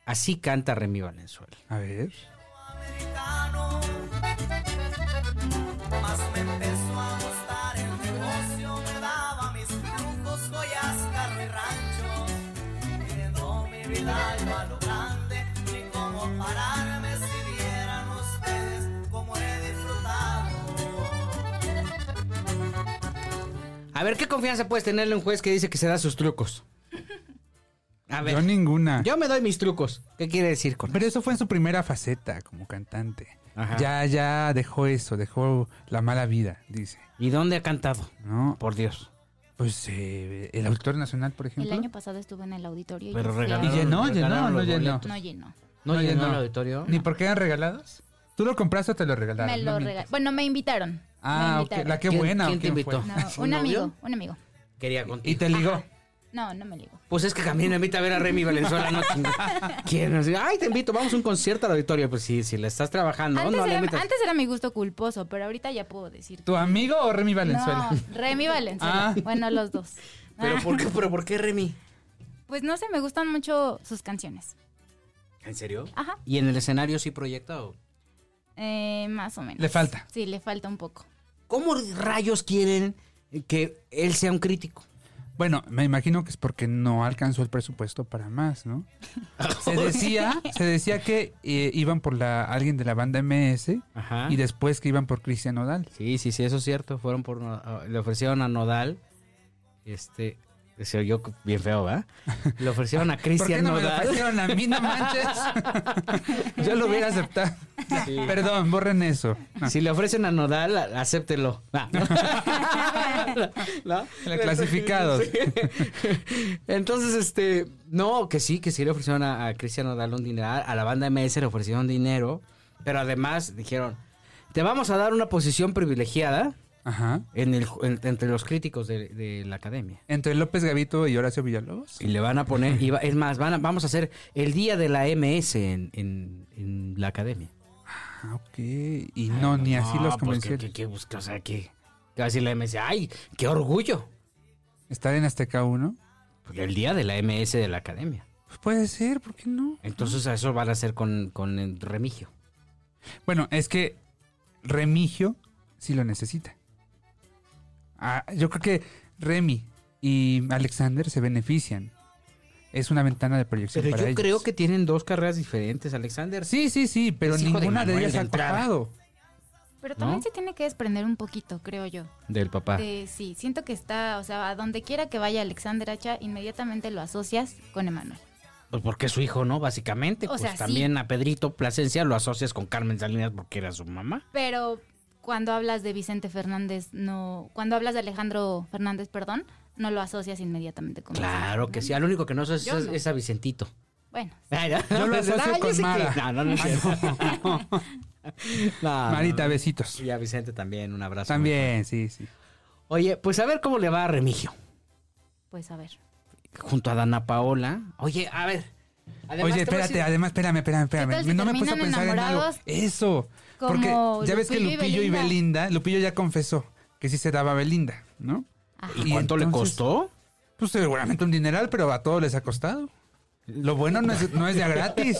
Speaker 2: así canta Remy Valenzuela.
Speaker 3: A ver.
Speaker 5: americano. Más me empezó a gustar el negocio, me daba mis lujos, joyas, carro y rancho. Viendo mi vida yo a lo grande, ni cómo pararme si vieran ustedes cómo he disfrutado.
Speaker 2: A ver, ¿qué confianza puedes tenerle a un juez que dice que se da sus trucos? A ver,
Speaker 3: Yo
Speaker 2: yo,
Speaker 3: ninguna.
Speaker 2: me doy mis trucos. ¿Qué quiere decir con
Speaker 3: Pero eso fue en su primera faceta como cantante.
Speaker 2: Ajá.
Speaker 3: Ya, ya dejó eso, dejó la mala vida, dice.
Speaker 2: ¿Y dónde ha cantado?
Speaker 3: ¿No?
Speaker 2: Por Dios.
Speaker 3: Pues eh, el Auditorio Nacional, por
Speaker 4: El
Speaker 3: ejemplo.
Speaker 4: año pasado estuve en el auditorio y
Speaker 2: Pero
Speaker 4: yo fui a-
Speaker 2: regalaron,
Speaker 3: Y llenó,
Speaker 2: regalaron
Speaker 3: llenó,
Speaker 2: los
Speaker 3: no llenó.
Speaker 2: boletos.
Speaker 4: no llenó.
Speaker 2: ¿No,
Speaker 3: No
Speaker 2: llenó
Speaker 3: llenó.
Speaker 2: el auditorio?
Speaker 3: ¿Ni por qué eran regalados? ¿Tú lo compraste o te lo regalaron?
Speaker 4: Me
Speaker 3: No
Speaker 4: lo
Speaker 3: mientas.
Speaker 4: regalaron. Bueno, me invitaron.
Speaker 3: Ah,
Speaker 4: Me
Speaker 3: ok.
Speaker 4: invitaron.
Speaker 3: La que
Speaker 2: ¿Quién-
Speaker 3: buena. ¿o
Speaker 2: quién te
Speaker 3: fue?
Speaker 2: invitó?
Speaker 4: No,
Speaker 2: ¿Un
Speaker 4: un amigo,
Speaker 2: novio?
Speaker 4: un amigo.
Speaker 2: Quería
Speaker 3: Y
Speaker 2: contigo.
Speaker 3: te ligó.
Speaker 4: No, no me digo.
Speaker 2: Pues es que también me invita a ver a Remy Valenzuela. No chingue. ¿Quién? Así, Ay, te invito, vamos a un concierto al auditorio. Pues sí, si le estás trabajando,
Speaker 4: antes,
Speaker 2: no le
Speaker 4: era,
Speaker 2: invitas.
Speaker 4: antes era mi gusto culposo, pero ahorita ya puedo decir.
Speaker 3: ¿Tu amigo o Remy Valenzuela?
Speaker 4: No, Remy Valenzuela.
Speaker 3: Ah.
Speaker 4: Bueno, los dos.
Speaker 2: ¿Pero,
Speaker 4: Ah,
Speaker 2: por qué, ¿Pero por qué Remy?
Speaker 4: Pues no sé, me gustan mucho sus canciones.
Speaker 2: ¿En serio?
Speaker 4: Ajá.
Speaker 2: ¿Y en el escenario sí proyectado?
Speaker 4: Eh, más o menos.
Speaker 3: Le falta.
Speaker 4: Sí, le falta un poco.
Speaker 2: ¿Cómo rayos quieren que él sea un crítico?
Speaker 3: Bueno, me imagino que es porque no alcanzó el presupuesto para más, ¿no? Se decía, se decía que eh, iban por la alguien de la banda MS
Speaker 2: Ajá.
Speaker 3: y después que iban por Cristian Odal.
Speaker 2: Sí, sí, sí, eso es cierto. Fueron por No- ah, le ofrecieron a Nodal, este, se oyó bien feo, ¿verdad? Le ofrecieron a
Speaker 3: ¿Por qué
Speaker 2: Cristian
Speaker 3: no me lo
Speaker 2: Nodal.
Speaker 3: ofrecieron a mí? No manches. Yo lo hubiera aceptado. Perdón, borren eso.
Speaker 2: Si le ofrecen a Nodal, a- acéptelo. Ah. ¿No?
Speaker 3: La clasificados.
Speaker 2: Sí. Entonces, este, no, que sí, que sí le ofrecieron a, a Cristian Nodal un dinero, a la banda MS le ofrecieron dinero, pero además dijeron, te vamos a dar una posición privilegiada
Speaker 3: Ajá.
Speaker 2: en el, ju- en- entre los críticos de, de la academia.
Speaker 3: Entre López Gavito y Horacio Villalobos.
Speaker 2: Y le van a poner, y va- es más, van a- vamos a hacer el día de la MS en, en- en la academia.
Speaker 3: Ah, ok. Y no, ni así los
Speaker 2: pues,
Speaker 3: convencieron.
Speaker 2: ¿qué- qué- qué busca? O sea, ¿qué? ¿Qué va a decir la MS? ¡Ay, qué orgullo!
Speaker 3: Estar en Azteca 1.
Speaker 2: Porque el día de la MS de la academia.
Speaker 3: Pues puede ser, ¿por qué no?
Speaker 2: Entonces a eso van a hacer con, con el Remigio.
Speaker 3: Bueno, es que Remigio sí lo necesita. Ah, yo creo que Remy y Alexander se benefician. Es una ventana de proyección
Speaker 2: Pero
Speaker 3: para
Speaker 2: yo
Speaker 3: ellos.
Speaker 2: creo que tienen dos carreras diferentes, Alexander.
Speaker 3: Sí, sí, sí, pero
Speaker 2: Es hijo de
Speaker 3: ninguna de,
Speaker 2: Manuel
Speaker 3: ellas
Speaker 2: de
Speaker 3: ha
Speaker 2: entrada.
Speaker 3: acabado.
Speaker 4: Pero también
Speaker 2: ¿No? Ah.
Speaker 4: se tiene que desprender un poquito, creo yo.
Speaker 2: Del papá.
Speaker 4: De- sí, siento que está, o sea, a donde quiera que vaya Alexander Hacha, inmediatamente lo asocias con Emanuel.
Speaker 2: Pues porque es su hijo, ¿no? Básicamente.
Speaker 4: O
Speaker 2: pues
Speaker 4: sea, sí.
Speaker 2: también a Pedrito Plasencia lo asocias con Carmen Salinas porque era su mamá.
Speaker 4: Pero cuando hablas de Vicente Fernández, no. Cuando hablas de Alejandro Fernández, perdón, no lo asocias inmediatamente con
Speaker 2: Claro que sí. Al único que no es,
Speaker 4: Yo
Speaker 2: es,
Speaker 4: no.
Speaker 2: es a Vicentito.
Speaker 4: Bueno,
Speaker 2: Ay, no.
Speaker 3: Yo lo asocio
Speaker 2: Ay, yo
Speaker 3: con
Speaker 2: sé que-
Speaker 3: Mara. Ah,
Speaker 2: No, no, no es cierto. No,
Speaker 3: Marita,
Speaker 2: Ah, no.
Speaker 3: besitos.
Speaker 2: Y a Vicente también, un abrazo.
Speaker 3: También, sí, sí.
Speaker 2: Oye, pues a ver cómo le va a Remigio.
Speaker 4: pues a ver.
Speaker 2: Junto a Dana Paola. Oye, a ver. Además, te
Speaker 3: Oye,
Speaker 2: voy a
Speaker 3: espérate,
Speaker 2: decir-
Speaker 3: además, espérame, espérame, espérame.
Speaker 4: tal si
Speaker 3: no me he puesto a
Speaker 4: terminan
Speaker 3: pensar en algo.
Speaker 4: enamorados
Speaker 3: Eso.
Speaker 4: como
Speaker 3: Porque ya ves que
Speaker 4: Lupillo y
Speaker 3: Lupillo y
Speaker 4: Belinda?
Speaker 3: Belinda, Lupillo ya confesó que sí se daba a Belinda, ¿no?
Speaker 7: ¿Y cuánto le
Speaker 3: entonces,
Speaker 7: costó?
Speaker 3: Pues seguramente un dineral, pero a todos les ha costado. Lo bueno no es, no es de a gratis,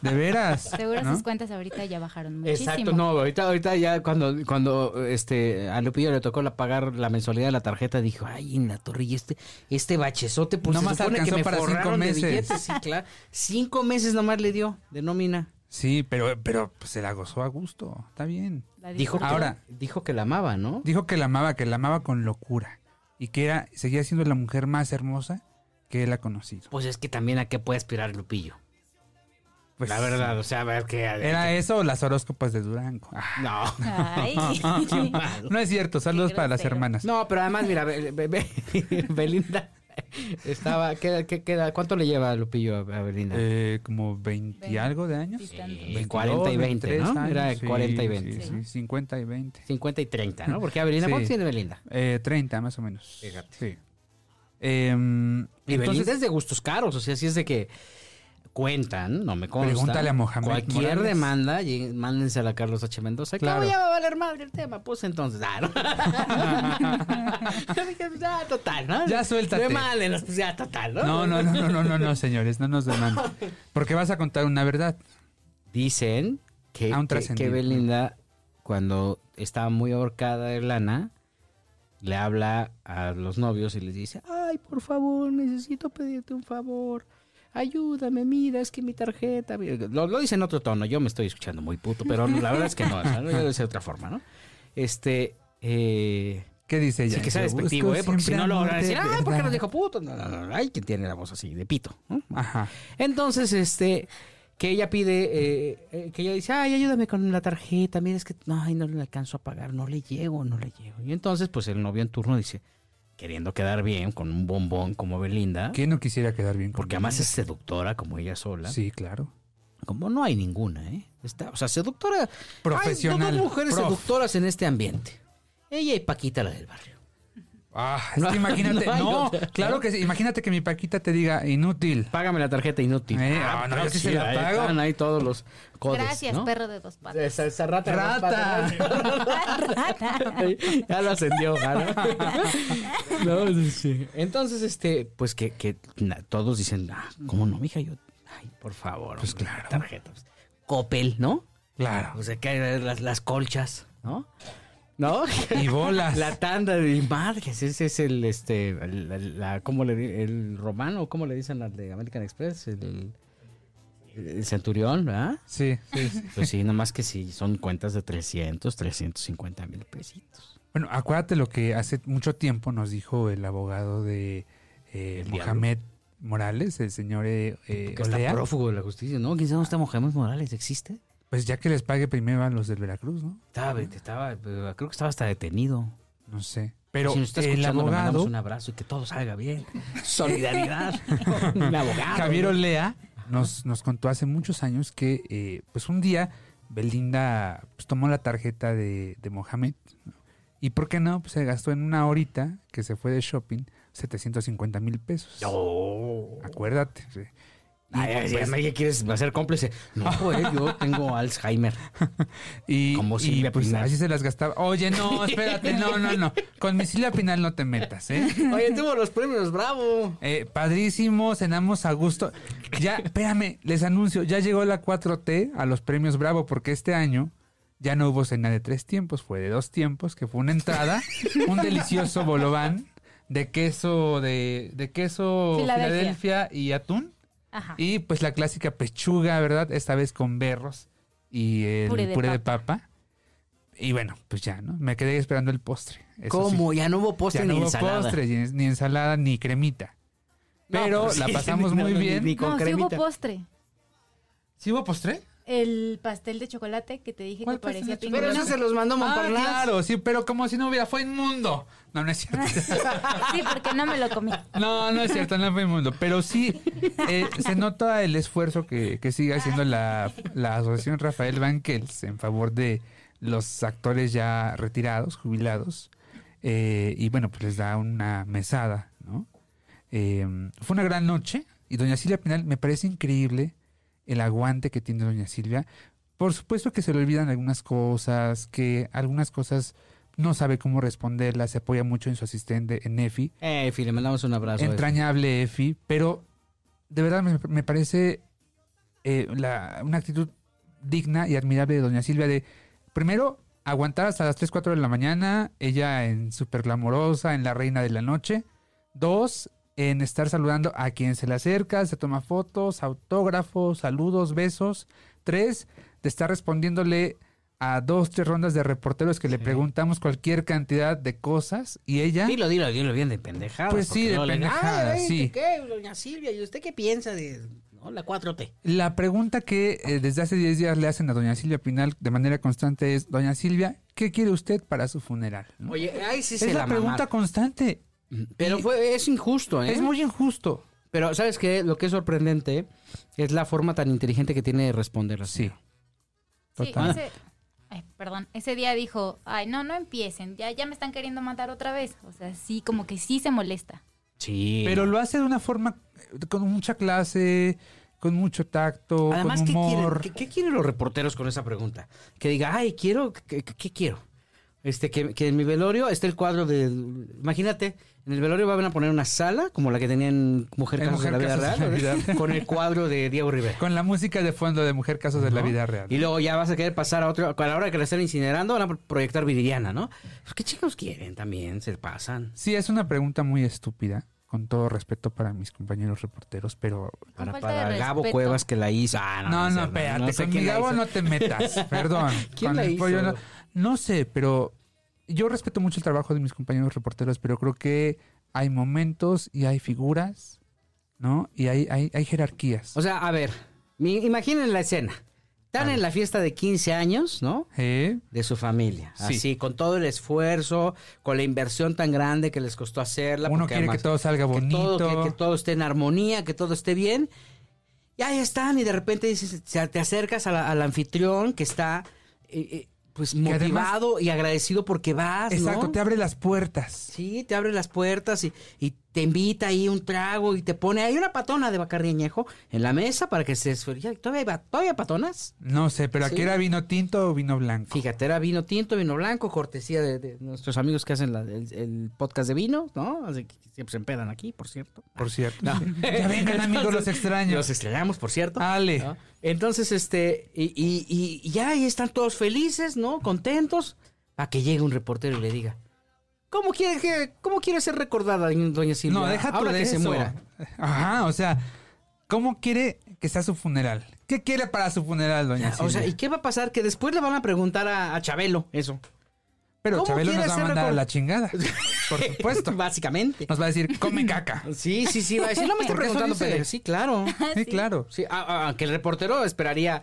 Speaker 3: de veras.
Speaker 4: Seguro
Speaker 3: ¿no?
Speaker 4: sus cuentas ahorita ya bajaron muchísimo.
Speaker 2: Exacto, no, ahorita, ahorita ya cuando, cuando este a Lupillo le tocó la pagar la mensualidad de la tarjeta, dijo, ay, en la torre, y este, este bachezote, pues
Speaker 3: Nomás
Speaker 2: se supone que
Speaker 3: alcanzó
Speaker 2: me
Speaker 3: para cinco
Speaker 2: forraron de
Speaker 3: meses".
Speaker 2: billetes, sí, claro. Cinco meses nomás le dio de nómina.
Speaker 3: Sí, pero, pero pues, se la gozó a gusto, está bien.
Speaker 4: La
Speaker 2: Dijo que,
Speaker 4: disfruté.
Speaker 3: Ahora-
Speaker 2: dijo que la amaba, ¿no?
Speaker 3: Dijo que la amaba, que la amaba con locura y que era, seguía siendo la mujer más hermosa que él ha conocido.
Speaker 2: Pues es que también a qué puede aspirar Lupillo.
Speaker 3: Pues,
Speaker 2: la verdad, o sea, a ver qué.
Speaker 3: ¿Era eso o las horóscopas de Durango? Ah,
Speaker 2: No.
Speaker 4: Ay.
Speaker 3: no es cierto, saludos para las
Speaker 4: grosero.
Speaker 3: hermanas.
Speaker 2: No, pero además, mira, Be- Be- Be- Belinda estaba. ¿qué, qué queda? ¿Cuánto le lleva Lupillo a, a Belinda?
Speaker 3: Eh, como 20 y algo de años.
Speaker 4: Sí, tanto.
Speaker 2: 40 y 20,
Speaker 3: 23
Speaker 2: ¿no? Era
Speaker 3: sí,
Speaker 2: 40 y 20.
Speaker 3: sí, sí,
Speaker 4: Sí.
Speaker 3: 50 y 20.
Speaker 2: 50 y 30, ¿no? Porque a Belinda,
Speaker 3: Sí.
Speaker 2: ¿cuánto tiene Belinda?
Speaker 3: Eh, 30 más o menos.
Speaker 2: Fíjate.
Speaker 3: Sí. Em,
Speaker 2: Y
Speaker 3: entonces,
Speaker 2: Belinda es de gustos caros, o sea, si es de que cuentan, no me consta.
Speaker 3: Pregúntale a Mohamed
Speaker 2: Cualquier
Speaker 3: Morales.
Speaker 2: demanda, y mándensela a Carlos H. Mendoza. Claro.
Speaker 3: Claro.
Speaker 2: ya va a valer madre el tema? Pues entonces, ah, ¿no? Dije, ya, total, ¿no?
Speaker 3: Ya suéltate.
Speaker 2: Demándenos, pues ya, total, ¿no?
Speaker 3: no, no, no, no, no, no, no, señores, no nos demanden. Porque vas a contar una verdad.
Speaker 2: Dicen que,
Speaker 3: A Ah, un
Speaker 2: que,
Speaker 3: trascendido.
Speaker 2: que Belinda, cuando estaba muy ahorcada de lana, le habla a los novios y les dice, ay, por favor, necesito pedirte un favor. Ayúdame, mira, es que mi tarjeta... Lo, lo dice en otro tono, yo me estoy escuchando muy puto, pero la verdad es que no, o sea, yo lo hice de otra forma, ¿no? Este... eh,
Speaker 3: ¿Qué dice ella?
Speaker 2: Sí, que sea
Speaker 3: Yo
Speaker 2: despectivo,
Speaker 3: busco
Speaker 2: ¿eh? Porque si
Speaker 3: siempre
Speaker 2: no lo van a
Speaker 3: amor de
Speaker 2: decir, ah, ¿por qué
Speaker 3: verdad".
Speaker 2: nos dijo puto? No, no, no, hay quien tiene la voz así, de pito, ¿no?
Speaker 3: Ajá.
Speaker 2: Entonces, este, que ella pide, eh, eh, que ella dice, ay, ayúdame con la tarjeta, mira, es que no, ay, no le alcanzo a pagar, no le llego, no le llego. Y entonces, pues el novio en turno dice, queriendo quedar bien con un bombón como Belinda,
Speaker 3: ¿Quién no quisiera quedar bien con
Speaker 2: porque además es seductora como ella sola,
Speaker 3: Sí, claro.
Speaker 2: como no hay ninguna, ¿eh? Está, o sea, seductora.
Speaker 3: Profesional,
Speaker 2: Hay dos mujeres
Speaker 3: prof.
Speaker 2: seductoras en este ambiente. Ella y Paquita, la del barrio.
Speaker 3: Ah, es
Speaker 2: No,
Speaker 3: que imagínate.
Speaker 2: no hay
Speaker 3: No,
Speaker 2: otra.
Speaker 3: claro que sí. Imagínate que mi Paquita te diga inútil.
Speaker 2: Págame la tarjeta inútil.
Speaker 3: Eh, ah, no, yo sí se la
Speaker 2: ahí
Speaker 3: pago.
Speaker 2: Están ahí todos los codes,
Speaker 4: Gracias,
Speaker 2: ¿no?
Speaker 4: perro de dos patas.
Speaker 2: Esa, esa rata.
Speaker 3: Rata.
Speaker 2: ya lo ascendió, ¿no? No, sí, sí. Entonces, este, pues que, que na- todos dicen, ah, ¿cómo no, mija? Yo, ay, por favor.
Speaker 3: Pues
Speaker 2: hombre,
Speaker 3: claro.
Speaker 2: Tarjeta. pues, Coppel, ¿no?
Speaker 3: Claro.
Speaker 2: O sea, que hay las, las colchas, ¿no? ¿No?
Speaker 3: Y bolas.
Speaker 2: La tanda de madres, ese es el, este, el- la, la- ¿cómo le di- el romano, ¿cómo le dicen al de American Express? El, el centurión, ¿verdad?
Speaker 3: Sí, sí, sí.
Speaker 2: Pues sí, nomás que sí, son cuentas de 300, 350 mil pesitos.
Speaker 3: Bueno, acuérdate lo que hace mucho tiempo nos dijo el abogado de eh,
Speaker 2: El
Speaker 3: Mohamed Morales, el señor eh, eh,
Speaker 2: Que
Speaker 3: Olea.
Speaker 2: está prófugo de la justicia, ¿no? ¿Quién sabe dónde está Mohamed Morales? ¿Existe?
Speaker 3: Pues ya que les pague primero a los del Veracruz, ¿no?
Speaker 2: Estaba, estaba, eh, creo que estaba hasta detenido.
Speaker 3: No sé. Pero
Speaker 2: si nos está
Speaker 3: el
Speaker 2: escuchando, le
Speaker 3: abogado
Speaker 2: mandamos un abrazo y que todo salga bien. Solidaridad. un abogado.
Speaker 3: Javier Olea nos, nos contó hace muchos años que, eh, pues un día, Belinda pues, tomó la tarjeta de, de Mohamed. ¿no? Y por qué no, pues se gastó en una horita que se fue de shopping 750 mil pesos.
Speaker 2: No.
Speaker 3: Acuérdate. sí. Y,
Speaker 2: Ay, ay,
Speaker 3: pues,
Speaker 2: ay, ya quieres hacer cómplice. No, güey, yo tengo Alzheimer.
Speaker 3: y-
Speaker 2: como
Speaker 3: y,
Speaker 2: Silvia
Speaker 3: pues
Speaker 2: Pinal.
Speaker 3: así se las gastaba. Oye, no, espérate, no, no, no. Con mi Silvia Pinal no te metas, ¿eh?
Speaker 2: Oye, tuvo los premios, bravo.
Speaker 3: Eh, padrísimo, cenamos a gusto. Ya, espérame, les anuncio, ya llegó la 4T a los premios Bravo porque este año ya no hubo cena de tres tiempos, fue de dos tiempos, que fue una entrada, un delicioso bolobán de queso de, de queso
Speaker 4: Filadelfia. Ah.
Speaker 3: Filadelfia y atún
Speaker 4: Ajá.
Speaker 3: y pues la clásica pechuga, ¿verdad? Esta vez con berros y el puré
Speaker 4: Puré
Speaker 3: de,
Speaker 4: de
Speaker 3: papa. Y bueno, pues ya, ¿no? Me quedé esperando el postre. eso sí.
Speaker 2: ¿Cómo? Ya no hubo postre
Speaker 3: Ya no
Speaker 2: ni
Speaker 3: hubo
Speaker 2: ensalada.
Speaker 3: postre, ni, ni ensalada, ni cremita.
Speaker 2: No,
Speaker 3: Pero
Speaker 2: pues
Speaker 3: la
Speaker 2: sí,
Speaker 3: pasamos
Speaker 2: no,
Speaker 3: muy
Speaker 2: no, ni-
Speaker 3: bien.
Speaker 2: ni con
Speaker 4: No, sí
Speaker 2: cremita.
Speaker 4: hubo postre.
Speaker 3: ¿Sí hubo postre?
Speaker 4: El pastel de chocolate que te dije
Speaker 3: ¿Cuál
Speaker 4: que
Speaker 3: pastel de
Speaker 4: parecía
Speaker 3: chocolate?
Speaker 4: pingüino.
Speaker 3: Pero ese
Speaker 2: los mandó
Speaker 3: Ah, claro, sí, pero como si no hubiera, fue inmundo. No, no es cierto.
Speaker 4: Sí, porque no me lo comí.
Speaker 3: No, no es cierto, no fue inmundo. Pero sí, eh, se nota el esfuerzo que, que sigue haciendo la, la Asociación Rafael Banquels en favor de los actores ya retirados, jubilados. Eh, y bueno, pues les da una mesada, ¿no? Eh, fue una gran noche. Y doña Silvia Pinal, me parece increíble el aguante que tiene doña Silvia. Por supuesto que se le olvidan algunas cosas, que algunas cosas no sabe cómo responderlas, se apoya mucho en su asistente, en Efi.
Speaker 2: Eh, Efi, le mandamos un abrazo. Efi.
Speaker 3: Entrañable Efi, pero de verdad me, me parece eh, la- una actitud digna y admirable de doña Silvia de, primero, aguantar hasta las 3, 4 de la mañana, ella en súper glamorosa, en la reina de la noche. Dos, en estar saludando a quien se le acerca, se toma fotos, autógrafos, saludos, besos. Tres, de estar respondiéndole a dos, tres rondas de reporteros que le preguntamos cualquier cantidad de cosas y ella...
Speaker 2: Dilo, dilo, dilo bien de pendejada.
Speaker 3: Pues sí, de pendejadas, sí.
Speaker 2: ¿Qué, doña Silvia? ¿Y usted qué piensa de no, la 4T?
Speaker 3: La pregunta que eh, desde hace 10 días le hacen a doña Silvia Pinal de manera constante es, doña Silvia, ¿qué quiere usted para su funeral? ¿No?
Speaker 2: Oye, ahí sí se
Speaker 3: es la, pregunta constante.
Speaker 2: mamaron. Pero fue, es injusto, ¿eh?
Speaker 3: Es muy injusto.
Speaker 2: Pero, ¿sabes qué? Lo que es sorprendente es la forma tan inteligente que tiene de responder así.
Speaker 3: Sí.
Speaker 4: Sí,
Speaker 3: Total.
Speaker 4: ese- ay, perdón, ese día dijo, ay, no, no empiecen, ya, ya me están queriendo matar otra vez. O sea, sí, como que sí se molesta.
Speaker 2: Sí.
Speaker 3: Pero lo hace de una forma eh, con mucha clase, con mucho tacto,
Speaker 2: Además,
Speaker 3: con
Speaker 2: ¿qué quieren,
Speaker 3: humor.
Speaker 2: qué- qué quieren los reporteros con esa pregunta? Que diga, ay, quiero, ¿qué, qué- qué quiero? Este, que, que en mi velorio esté el cuadro de... Imagínate, en el velorio van a poner una sala, como la que tenían Mujer
Speaker 3: En
Speaker 2: Casos de la
Speaker 3: Eh, Mujer
Speaker 2: Vida
Speaker 3: Casos de
Speaker 2: Real,
Speaker 3: la
Speaker 2: ¿eh?
Speaker 3: Vida.
Speaker 2: con el cuadro de Diego Rivera.
Speaker 3: Con la música de fondo de Mujer Casos de la Vida Real.
Speaker 2: Y luego ya vas a querer pasar a otro... A la hora que la estén incinerando, van a proyectar Viridiana, ¿no? Pues, ¿Qué chicos quieren también? Se pasan.
Speaker 3: Sí, es una pregunta muy estúpida, con todo respeto para mis compañeros reporteros, pero...
Speaker 4: Con
Speaker 2: Para,
Speaker 4: falta
Speaker 2: para
Speaker 4: de
Speaker 2: Gabo
Speaker 4: respeto.
Speaker 2: Cuevas que la hizo. Ah, no,
Speaker 3: No,
Speaker 2: es
Speaker 3: no,
Speaker 2: cierto,
Speaker 3: espérate,
Speaker 2: no sé
Speaker 3: con
Speaker 2: quién
Speaker 3: mi
Speaker 2: la
Speaker 3: Gabo
Speaker 2: hizo.
Speaker 3: no te metas, perdón.
Speaker 2: ¿Quién
Speaker 3: Con
Speaker 2: la
Speaker 3: el
Speaker 2: hizo?
Speaker 3: pollo no, no sé, pero yo respeto mucho el trabajo de mis compañeros reporteros, pero creo que hay momentos y hay figuras, ¿no? Y hay, hay, hay jerarquías.
Speaker 2: O sea, a ver, mi- imaginen la escena. Están en la fiesta de 15 años, ¿no?
Speaker 3: ¿Eh?
Speaker 2: De su familia.
Speaker 3: Sí.
Speaker 2: Así, con todo el esfuerzo, con la inversión tan grande que les costó hacerla.
Speaker 3: Uno
Speaker 2: porque
Speaker 3: quiere
Speaker 2: además-
Speaker 3: que todo salga
Speaker 2: que
Speaker 3: bonito.
Speaker 2: todo- que, que todo esté en armonía, que todo esté bien. Y ahí están, y de repente dices, se- te acercas a la- al anfitrión que está eh, eh, pues
Speaker 3: además-
Speaker 2: motivado y agradecido porque vas. ¿no?
Speaker 3: Exacto, te abre las puertas.
Speaker 2: Sí, te abre las puertas y, y te invita ahí un trago y te pone ahí una patona de Bacardi Añejo en la mesa para que se esfríe. ¿Todavía, hay ba- todavía hay patonas?
Speaker 3: No sé, pero aquí
Speaker 2: Sí.
Speaker 3: era vino tinto o vino blanco.
Speaker 2: Fíjate, era vino tinto, vino blanco, cortesía de, de nuestros amigos que hacen la- el, el podcast de vinos, ¿no? Así que siempre se empedan aquí, por cierto.
Speaker 3: Por cierto.
Speaker 2: No.
Speaker 3: Ya vengan, amigos, los
Speaker 2: Entonces,
Speaker 3: extraños.
Speaker 2: Los extrañamos, por cierto.
Speaker 3: Ale.
Speaker 2: ¿no? Entonces, este, y, y- y- y ya ahí están todos felices, ¿no? Contentos, a que llegue un reportero y le diga, ¿cómo quiere, que, cómo quiere ser recordada, doña Silvia?
Speaker 3: No, deja tú
Speaker 2: Ahora
Speaker 3: de
Speaker 2: que se
Speaker 3: eso.
Speaker 2: muera.
Speaker 3: Ajá, o sea, ¿cómo quiere que sea su funeral? ¿Qué quiere para su funeral, doña Silvia?
Speaker 2: O sea, ¿y qué va a pasar? Que después le van a preguntar a, a Chabelo eso.
Speaker 3: Pero
Speaker 2: ¿Cómo
Speaker 3: Chabelo
Speaker 2: quiere
Speaker 3: nos va a
Speaker 2: hacer
Speaker 3: mandar a
Speaker 2: recor-
Speaker 3: la chingada. Por supuesto.
Speaker 2: Pues, Básicamente.
Speaker 3: Nos va a decir, come caca.
Speaker 2: Sí, sí, sí, va a decir, no me estoy
Speaker 3: Por eso
Speaker 2: preguntando,
Speaker 3: dice.
Speaker 2: pero Ah, sí, claro.
Speaker 3: Sí, claro.
Speaker 2: Sí, a- a- aunque el reportero esperaría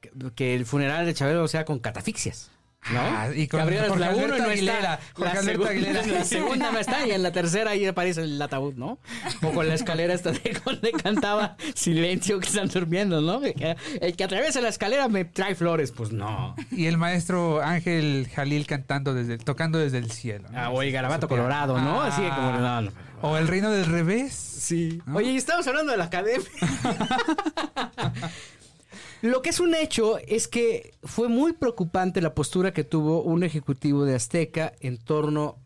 Speaker 2: que, que el funeral de Chabelo sea con catafixias. ¿No?
Speaker 3: Ah, y con
Speaker 2: Que abrieras
Speaker 3: Jorge
Speaker 2: la uno y
Speaker 3: Alberto
Speaker 2: no está.
Speaker 3: Aguilera, Jorge
Speaker 2: la,
Speaker 3: Alberto
Speaker 2: segunda,
Speaker 3: Aguilera.
Speaker 2: la segunda no está y en la tercera ahí aparece el ataúd, ¿no? O con la escalera esta de donde cantaba Silencio que están durmiendo, ¿no? Que- El que atraviesa la escalera me trae flores, pues no.
Speaker 3: Y el maestro Ángel Jalil cantando desde, tocando desde el cielo. ¿no?
Speaker 2: Ah, o el garabato
Speaker 3: Supera.
Speaker 2: colorado, ¿no? Así que como no, no.
Speaker 3: O el reino del revés.
Speaker 2: Sí. Oye, y estamos hablando de la academia. Lo que es un hecho es que fue muy preocupante la postura que tuvo un ejecutivo de Azteca en torno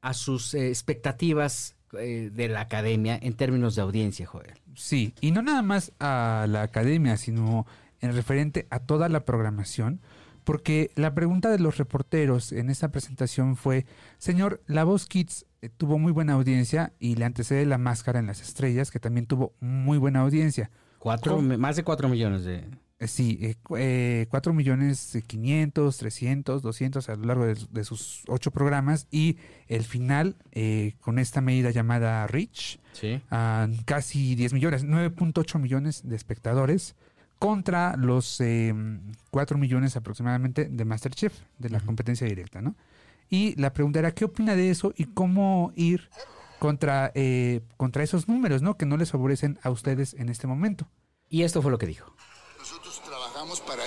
Speaker 2: a sus eh, expectativas eh, de la academia en términos de audiencia, Joel.
Speaker 3: Sí, y no nada más a la academia, sino en referente a toda la programación. Porque la pregunta de los reporteros en esa presentación fue, señor, La Voz Kids eh, tuvo muy buena audiencia y le antecede La Máscara en las Estrellas, que también tuvo muy buena audiencia.
Speaker 2: Cuatro,
Speaker 3: ¿Cómo?
Speaker 2: mi- más de cuatro millones de...
Speaker 3: Eh, Sí, eh, cu- eh, 4 millones eh, 500, 300, 200 a lo largo de, de sus ocho programas y el final eh, con esta medida llamada Reach,
Speaker 2: Sí.
Speaker 3: a casi 10 millones, 9.8 millones de espectadores contra los eh, 4 millones aproximadamente de Masterchef, de la competencia directa, ¿no? Y la pregunta era, ¿qué opina de eso y cómo ir contra, eh, contra esos números, ¿no? Que no les favorecen a ustedes en este momento.
Speaker 2: Y esto fue lo que dijo.
Speaker 7: Nosotros trabajamos para,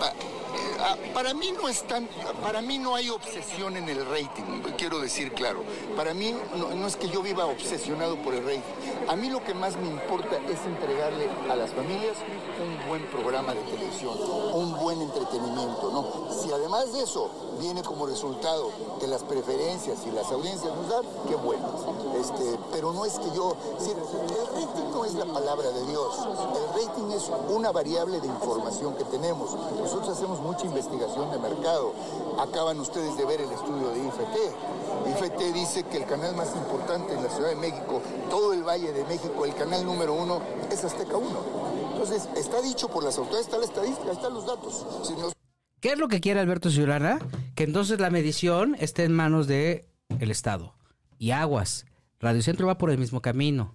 Speaker 7: pa- eh, ah, Para mí no es tan- para mí no hay obsesión en el rating, quiero decir claro. Para mí no, no es que yo viva obsesionado por el rating. A mí lo que más me importa es entregarle a las familias un buen programa de televisión, un buen entretenimiento, ¿no? Si además de eso viene como resultado que las preferencias y las audiencias nos dan, qué buenas. Este, pero no es que yo, es decir, el rating no es la palabra de Dios. El rating es una variable de información que tenemos. Nosotros hacemos mucha investigación de mercado. Acaban ustedes de ver el estudio de IFT. IFT dice que el canal más importante en la Ciudad de México, todo el Valle de México, el canal número uno es Azteca 1. Entonces, está dicho por las autoridades, está la estadística, están los datos. Si nos-
Speaker 2: ¿Qué es lo que quiere Alberto Ciurana? Que entonces la medición esté en manos de el Estado. Y aguas. Radio Centro va por el mismo camino.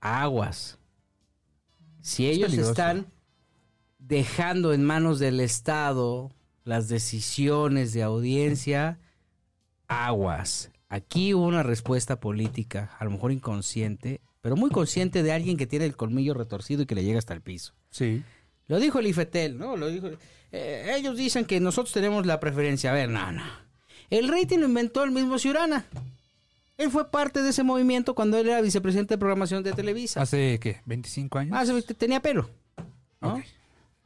Speaker 2: Aguas. Si ellos
Speaker 3: peligroso.
Speaker 2: están dejando en manos del Estado las decisiones de audiencia, aguas. Aquí hubo una respuesta política, a lo mejor inconsciente, pero muy consciente de alguien que tiene el colmillo retorcido y que le llega hasta el piso.
Speaker 3: Sí.
Speaker 2: Lo dijo el IFETEL, ¿no? Lo dijo. eh, ellos dicen que nosotros tenemos la preferencia. A ver, no, no. El rating lo inventó el mismo Ciurana. Él fue parte de ese movimiento cuando él era vicepresidente de programación de Televisa. Ah,
Speaker 3: ¿Hace qué? ¿25 años?
Speaker 2: Hace- tenía pelo. ¿no?
Speaker 3: Ok.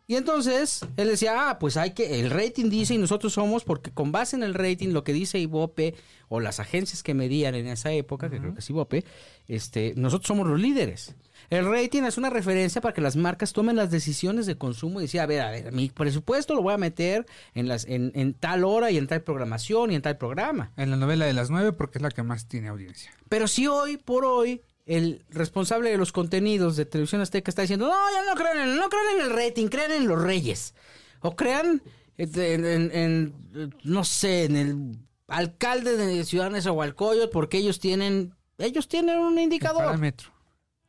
Speaker 2: Y entonces él decía, ah, pues hay que, el rating dice y nosotros somos, porque con base en el rating, lo que dice Ibope o las agencias que medían en esa época, que creo que es Ibope, este, nosotros somos los líderes. El rating es una referencia para que las marcas tomen las decisiones de consumo y decía, a ver, a ver, mi presupuesto lo voy a meter en, las, en, en tal hora y en tal programación y en tal programa.
Speaker 3: En la novela de las 9 porque es la que más tiene audiencia.
Speaker 2: Pero si hoy por hoy el responsable de los contenidos de Televisión Azteca está diciendo, no, ya no crean, en- no crean en el rating, crean en los reyes. O crean este, en, en- en, no sé, en el alcalde de Ciudad Nezahualcóyotl porque ellos tienen, ellos tienen un
Speaker 3: El
Speaker 2: indicador.
Speaker 3: parámetro.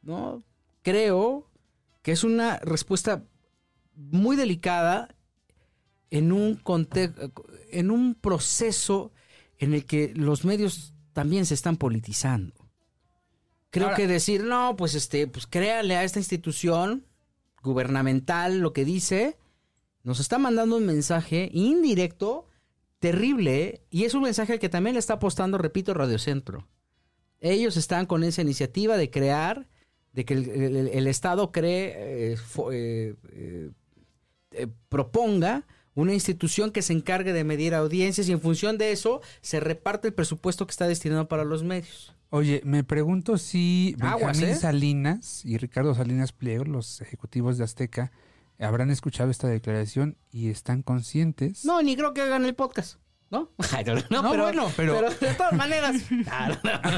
Speaker 2: ¿no? Creo que es una respuesta muy delicada en un conte- en un proceso en el que los medios también se están politizando. Creo
Speaker 3: Ahora-
Speaker 2: que decir, no, pues este, pues créale a esta institución gubernamental lo que dice, nos está mandando un mensaje indirecto terrible ¿eh? y es un mensaje al que también le está apostando, repito, Radio Centro. Ellos están con esa iniciativa de crear, de que el, el- el Estado cree, eh, fo- eh, eh, eh, proponga una institución que se encargue de medir audiencias y en función de eso se reparte el presupuesto que está destinado para los medios.
Speaker 3: Oye, me pregunto si
Speaker 2: Aguas,
Speaker 3: Benjamín
Speaker 2: ¿eh?
Speaker 3: Salinas y Ricardo Salinas Pliego, los ejecutivos de Azteca, habrán escuchado esta declaración y están conscientes.
Speaker 2: No, ni creo que hagan el podcast, ¿no? Ay, no, no,
Speaker 3: No,
Speaker 2: pero,
Speaker 3: bueno, pero-
Speaker 2: de todas maneras. Ah,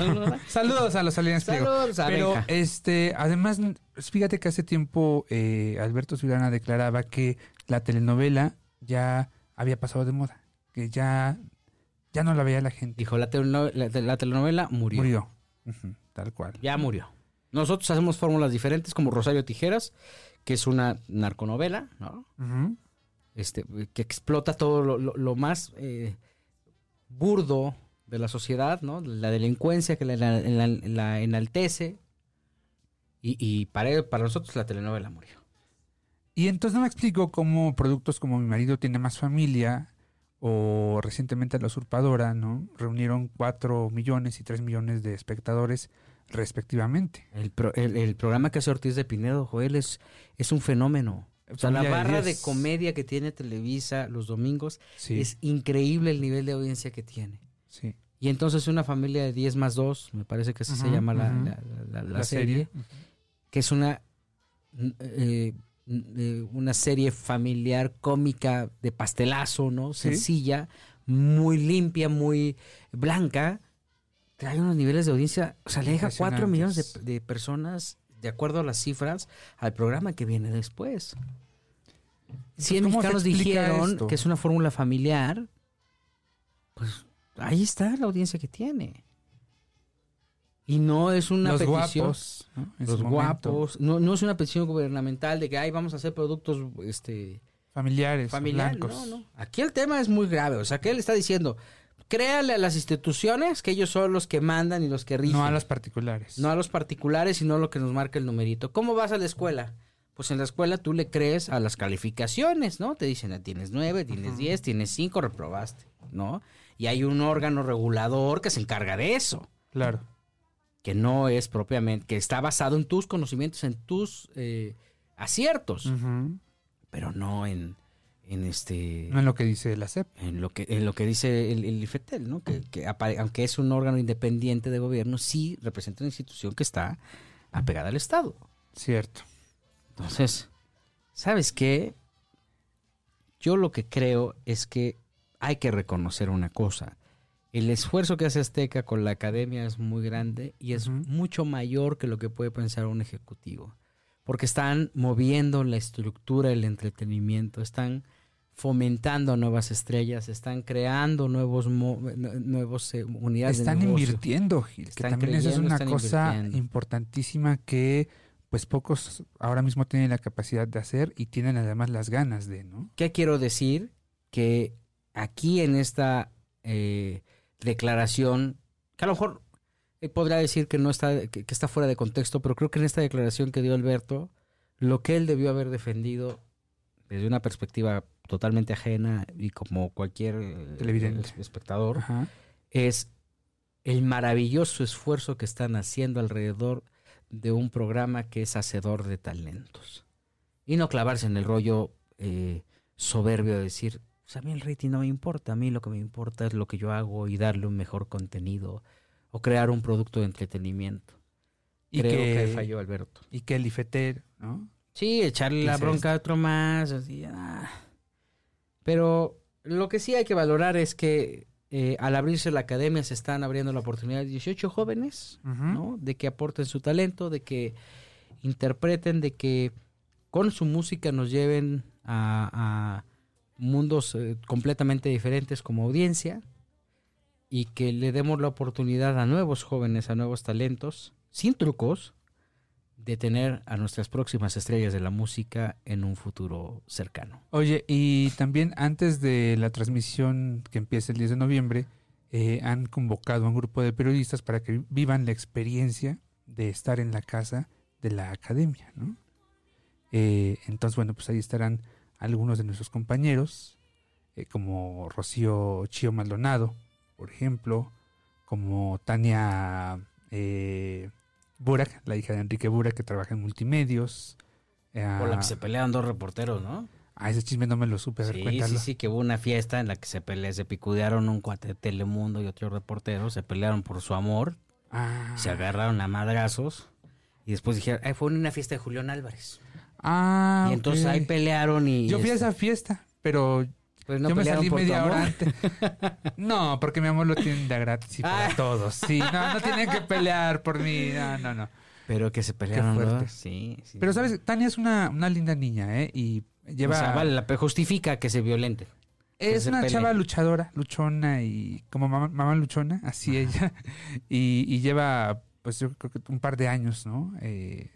Speaker 2: no, no, no.
Speaker 3: Saludos a los Salinas Pliego.
Speaker 2: Saludos a
Speaker 3: Pero
Speaker 2: Benja.
Speaker 3: este, además, fíjate que hace tiempo eh, Alberto Ciudadana declaraba que la telenovela ya había pasado de moda, que ya, ya no la veía la gente.
Speaker 2: Dijo, la, teleno- la te- la telenovela murió.
Speaker 3: Murió. Ujú, tal cual.
Speaker 2: Ya murió. Nosotros hacemos fórmulas diferentes como Rosario Tijeras, que es una narconovela, ¿no?
Speaker 3: Ujú.
Speaker 2: este, que explota todo lo, lo- lo más eh, burdo de la sociedad, ¿no? La delincuencia que la, la- la- la enaltece. Y, y para, para nosotros la telenovela murió.
Speaker 3: Y entonces no me explico cómo productos como Mi marido tiene más familia o recientemente La usurpadora, ¿no? Reunieron 4 millones y 3 millones de espectadores respectivamente.
Speaker 2: El, pro- el- el programa que hace Ortiz de Pinedo, Joel, es, es un fenómeno. O sea, la
Speaker 3: Familia de
Speaker 2: barra de
Speaker 3: diez.
Speaker 2: comedia que tiene Televisa los domingos
Speaker 3: Sí,
Speaker 2: es increíble el nivel de audiencia que tiene.
Speaker 3: sí.
Speaker 2: Y entonces una familia de 10 más 2, me parece que así se
Speaker 3: Ujú,
Speaker 2: llama la,
Speaker 3: ujú.
Speaker 2: la- la- la- la serie. que es una n- eh, n- eh, una serie familiar cómica de pastelazo, ¿no?
Speaker 3: Sí.
Speaker 2: Sencilla, muy limpia, muy blanca. Trae unos niveles de audiencia, o sea, le deja 4 millones de,
Speaker 3: Impresionantes.
Speaker 2: de personas, de acuerdo a las cifras, al programa que viene después. 100
Speaker 3: ¿cómo se
Speaker 2: mexicanos
Speaker 3: explica
Speaker 2: dijeron
Speaker 3: esto?
Speaker 2: que es una fórmula familiar. Pues ahí está la audiencia que tiene. Y no es una
Speaker 3: Los
Speaker 2: petición
Speaker 3: guapos, ¿no? En
Speaker 2: los
Speaker 3: su momento.
Speaker 2: guapos. No, no es una petición gubernamental de que ay vamos a hacer productos este
Speaker 3: familiares,
Speaker 2: familiares.
Speaker 3: blancos.
Speaker 2: No, no. Aquí el tema es muy grave. O sea, que él está diciendo, créale a las instituciones que ellos son los que mandan y los que rigen.
Speaker 3: No a las particulares.
Speaker 2: No a los particulares, sino a lo que nos marca el numerito. ¿Cómo vas a la escuela? pues en la escuela tú le crees a las calificaciones, ¿no? Te dicen, "Ah, tienes nueve, tienes diez, tienes cinco, reprobaste, ¿no? Y hay un órgano regulador que se encarga de eso,
Speaker 3: Claro.
Speaker 2: que no es propiamente, que está basado en tus conocimientos, en tus eh, aciertos,
Speaker 3: Ujú.
Speaker 2: pero no en, en este...
Speaker 3: No es lo que dice la E SEP.
Speaker 2: En lo que, en lo que dice el, el IFETEL, ¿no? Que, que apare- aunque es un órgano independiente de gobierno, sí representa una institución que está apegada al Estado.
Speaker 3: Cierto.
Speaker 2: Entonces, ¿sabes qué? Yo lo que creo es que hay que reconocer una cosa. El esfuerzo que hace Azteca con la academia es muy grande y es
Speaker 3: Ujú.
Speaker 2: mucho mayor que lo que puede pensar un ejecutivo. Porque están moviendo la estructura del entretenimiento, están fomentando nuevas estrellas, están creando nuevos, mo- nue- nuevos eh, unidades
Speaker 3: Están
Speaker 2: de negocio.
Speaker 3: invirtiendo, Gil, que
Speaker 2: Están
Speaker 3: también esa es
Speaker 2: creyendo,
Speaker 3: una
Speaker 2: están
Speaker 3: cosa
Speaker 2: invirtiendo.
Speaker 3: importantísima que pues pocos ahora mismo tienen la capacidad de hacer y tienen además las ganas de, ¿no?
Speaker 2: ¿Qué quiero decir? Que aquí en esta eh, declaración, que a lo mejor eh, podría decir que no está, que, que está fuera de contexto, pero creo que en esta declaración que dio Alberto, lo que él debió haber defendido desde una perspectiva totalmente ajena y como cualquier eh,
Speaker 3: Televidente.
Speaker 2: es- espectador,
Speaker 3: Ajá.
Speaker 2: es el maravilloso esfuerzo que están haciendo alrededor de un programa que es hacedor de talentos. Y no clavarse en el rollo eh, soberbio de decir, "Pues a mí el rating no me importa, a mí lo que me importa es lo que yo hago y darle un mejor contenido o crear un producto de entretenimiento.
Speaker 3: Y
Speaker 2: Creo que,
Speaker 3: que-
Speaker 2: falló Alberto.
Speaker 3: Y que el IFETER, ¿no?
Speaker 2: Sí, echarle la
Speaker 3: Dices,
Speaker 2: bronca a otro más. así, ah. Pero lo que sí hay que valorar es que eh, al abrirse la academia se están abriendo la oportunidad de 18 jóvenes,
Speaker 3: Ujú.
Speaker 2: ¿no? De que aporten su talento, de que interpreten, de que con su música nos lleven a, a mundos eh, completamente diferentes como audiencia y que le demos la oportunidad a nuevos jóvenes, a nuevos talentos, sin trucos, de tener a nuestras próximas estrellas de la música en un futuro cercano.
Speaker 3: Oye, y también antes de la transmisión que empieza el 10 de noviembre, eh, han convocado a un grupo de periodistas para que vivan la experiencia de estar en la casa de la academia, ¿no? Eh, entonces, bueno, pues ahí estarán algunos de nuestros compañeros, eh, como Rocío Chío Maldonado, por ejemplo, como Tania eh, Burak, la hija de Enrique Burak, que trabaja en multimedios. eh,
Speaker 2: Por la que se pelearon dos reporteros, ¿no?
Speaker 3: Ah, ese chisme no me lo supe, a ver,
Speaker 2: Sí,
Speaker 3: cuéntalo.
Speaker 2: sí, sí, que hubo una fiesta en la que se pele- se picudearon un cuate de Telemundo y otro reportero, se pelearon por su amor,
Speaker 3: Ah,
Speaker 2: se agarraron a madrazos y después dijeron, "Ay, fue una fiesta de Julián Álvarez.
Speaker 3: ah,
Speaker 2: y entonces
Speaker 3: ok.
Speaker 2: ahí pelearon y...
Speaker 3: Yo fui a
Speaker 2: este,
Speaker 3: esa fiesta, pero
Speaker 2: pues no
Speaker 3: yo me
Speaker 2: pelearon
Speaker 3: salí
Speaker 2: por tu
Speaker 3: media
Speaker 2: amor.
Speaker 3: hora antes. No, porque mi amor lo tienen de gratis y para
Speaker 2: Ah.
Speaker 3: todos. Sí, no, no tienen que pelear por mí. No, no, no.
Speaker 2: Pero que se pelearon
Speaker 3: fuerte.
Speaker 2: dos, Sí, sí.
Speaker 3: Pero sabes, Tania es una, una linda niña, ¿eh? Y lleva.
Speaker 2: O sea, vale, la pe- justifica que se violente. que
Speaker 3: Es
Speaker 2: se
Speaker 3: una
Speaker 2: peleen.
Speaker 3: chava luchadora, luchona y como mamá, mamá luchona, así ella. Y, y lleva, pues yo creo que un par de años, ¿no? Eh,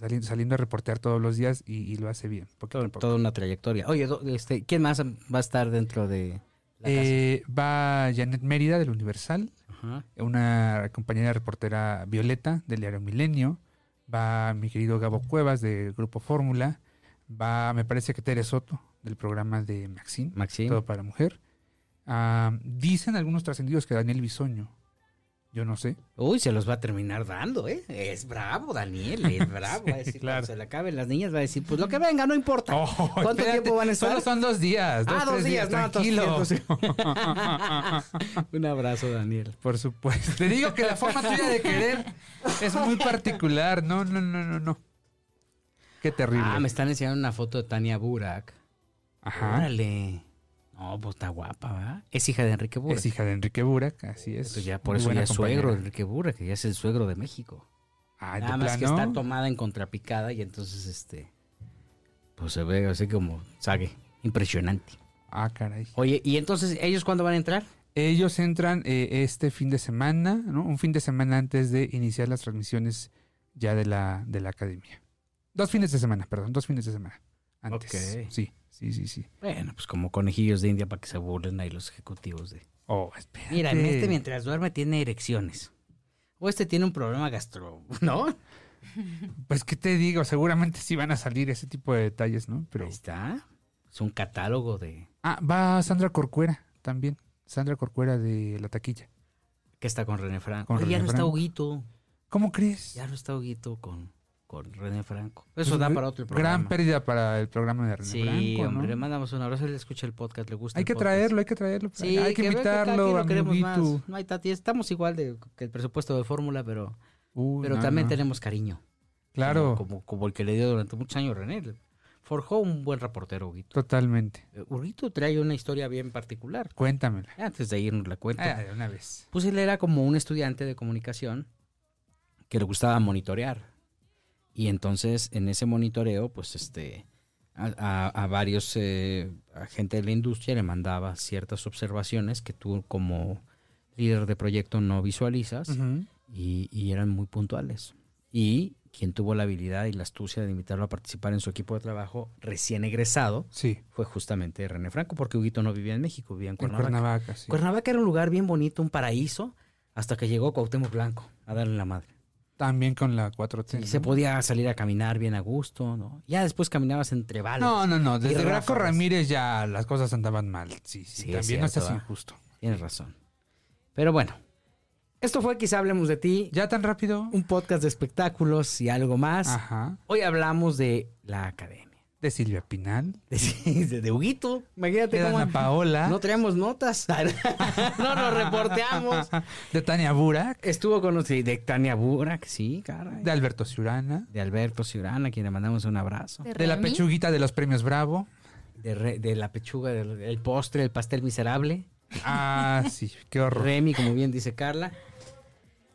Speaker 3: saliendo, saliendo a reportear todos los días y, y lo hace bien. poquito a
Speaker 2: Todo-
Speaker 3: poco.
Speaker 2: toda una trayectoria. Oye, do- este, ¿quién más va a estar dentro de la casa?
Speaker 3: Eh, va Janet Mérida del Universal,
Speaker 2: Ajá.
Speaker 3: una compañera reportera Violeta del diario Milenio, va mi querido Gabo Cuevas del Grupo Fórmula, va me parece que Tere Soto del programa de Maxine,
Speaker 2: Maxim.
Speaker 3: Todo para Mujer. Ah, dicen algunos trascendidos que Daniel Bisoño, yo no sé,
Speaker 2: Uy, se los va a terminar dando, ¿eh? Es bravo, Daniel, es bravo. va a decir,
Speaker 3: claro.
Speaker 2: cuando se le acaben las niñas, va a decir, pues lo que venga, no importa.
Speaker 3: Oh,
Speaker 2: ¿Cuánto
Speaker 3: espérate,
Speaker 2: tiempo van a estar?
Speaker 3: Solo son dos días.
Speaker 2: Ah, dos
Speaker 3: tres
Speaker 2: días, no,
Speaker 3: tranquilo.
Speaker 2: entonces- Un abrazo, Daniel.
Speaker 3: Por supuesto. Te digo que la forma tuya de querer es muy particular. No, no, no, no, no. Qué terrible.
Speaker 2: Ah, me están enseñando una foto de Tania Burak.
Speaker 3: Ajá.
Speaker 2: Órale. No, pues está guapa, ¿verdad? Es hija de Enrique Burak.
Speaker 3: Es hija de Enrique Burak, así es.
Speaker 2: Pues ya, por
Speaker 3: Muy
Speaker 2: eso
Speaker 3: buena
Speaker 2: ya es
Speaker 3: compañera.
Speaker 2: suegro de Enrique Burak, que ya es el suegro de México.
Speaker 3: Ah,
Speaker 2: Nada
Speaker 3: de
Speaker 2: más que
Speaker 3: plano.
Speaker 2: está tomada en contrapicada y entonces, este, pues se ve así como, sabe, impresionante.
Speaker 3: Ah, caray.
Speaker 2: Oye, ¿y entonces ellos cuándo van a entrar?
Speaker 3: Ellos entran eh, este fin de semana, ¿no? Un fin de semana antes de iniciar las transmisiones ya de la, de la academia. Dos fines de semana, perdón, dos fines de semana. Antes.
Speaker 2: Ok.
Speaker 3: Sí, sí, sí, sí.
Speaker 2: Bueno, pues como conejillos de India para que se burlen ahí los ejecutivos de...
Speaker 3: Oh, espera.
Speaker 2: Mira, este mientras duerme tiene erecciones. O este tiene un problema gastro... ¿No?
Speaker 3: Pues, ¿qué te digo? Seguramente sí van a salir ese tipo de detalles, ¿no? Pero.
Speaker 2: Ahí está. Es un catálogo de.
Speaker 3: Ah, va Sandra Corcuera también. Sandra Corcuera de La Taquilla.
Speaker 2: que está con René Franco?
Speaker 3: Con
Speaker 2: Oye, ya
Speaker 3: René
Speaker 2: no está
Speaker 3: Franco.
Speaker 2: Huguito.
Speaker 3: ¿Cómo crees?
Speaker 2: Ya no está Huguito con, con René Franco.
Speaker 3: Pues,
Speaker 2: Eso da
Speaker 3: eh,
Speaker 2: para otro programa.
Speaker 3: Gran pérdida para el programa de René
Speaker 2: Sí,
Speaker 3: Franco, ¿no?
Speaker 2: hombre, le mandamos un abrazo. Él escucha el podcast, le gusta.
Speaker 3: Hay
Speaker 2: el
Speaker 3: que
Speaker 2: podcast.
Speaker 3: traerlo, hay que traerlo. para
Speaker 2: pues. Sí,
Speaker 3: acá. hay que,
Speaker 2: venga, cada quien
Speaker 3: invitarlo,
Speaker 2: lo queremos más.
Speaker 3: amiguito.
Speaker 2: No hay tati, estamos igual de, que el presupuesto de fórmula, pero,
Speaker 3: Uy,
Speaker 2: pero
Speaker 3: no,
Speaker 2: también
Speaker 3: no.
Speaker 2: tenemos cariño.
Speaker 3: Claro,
Speaker 2: Eh, Como, como, como el que le dio durante muchos años René. Forjó un buen reportero, Huguito.
Speaker 3: totalmente.
Speaker 2: Eh, Huguito trae una historia bien particular.
Speaker 3: Cuéntamela.
Speaker 2: Antes de irnos la cuento.
Speaker 3: Ah, de una vez.
Speaker 2: Pues él era como un estudiante de comunicación que le gustaba monitorear. Y entonces en ese monitoreo, pues este, a, a- a varios eh, a gente de la industria le mandaba ciertas observaciones que tú como líder de proyecto no visualizas
Speaker 3: Ujú.
Speaker 2: y, y eran muy puntuales. Y quien tuvo la habilidad y la astucia de invitarlo a participar en su equipo de trabajo recién egresado
Speaker 3: Sí,
Speaker 2: fue justamente René Franco, porque Huguito no vivía en México, vivía en
Speaker 3: en
Speaker 2: Cuernavaca.
Speaker 3: Cuernavaca, sí.
Speaker 2: Cuernavaca era un lugar bien bonito, un paraíso, hasta que llegó Cuauhtémoc Blanco a darle la madre.
Speaker 3: También con la 4T.
Speaker 2: y
Speaker 3: ¿no?
Speaker 2: se podía salir a caminar bien a gusto, ¿no? Ya después caminabas entre balas.
Speaker 3: No, no, no. Desde
Speaker 2: ráfagas.
Speaker 3: Graco Ramírez ya las cosas andaban mal. Sí, sí.
Speaker 2: Sí,
Speaker 3: también
Speaker 2: es
Speaker 3: no
Speaker 2: cierto,
Speaker 3: estás
Speaker 2: ¿verdad?
Speaker 3: injusto.
Speaker 2: Tienes razón. Pero bueno, esto fue Quizá Hablemos de Ti,
Speaker 3: ¿Ya tan rápido?
Speaker 2: un podcast de espectáculos y algo más.
Speaker 3: Ajá.
Speaker 2: Hoy hablamos de la academia,
Speaker 3: De Silvia Pinal.
Speaker 2: de, de, de Huguito. Imagínate
Speaker 3: De
Speaker 2: cómo...
Speaker 4: em-
Speaker 3: Dana Paola.
Speaker 2: No traemos notas, no nos reporteamos.
Speaker 3: de Tania Burak.
Speaker 2: Estuvo con los de Tania Burak, sí, caray.
Speaker 3: De Alberto Ciurana.
Speaker 2: De Alberto Ciurana, a quien le mandamos un abrazo.
Speaker 3: De la
Speaker 4: Remy.
Speaker 3: pechuguita de los premios Bravo.
Speaker 2: De, re- de la pechuga, del el postre, el pastel miserable.
Speaker 3: Ah, sí, qué horror.
Speaker 2: Remy, como bien dice Carla.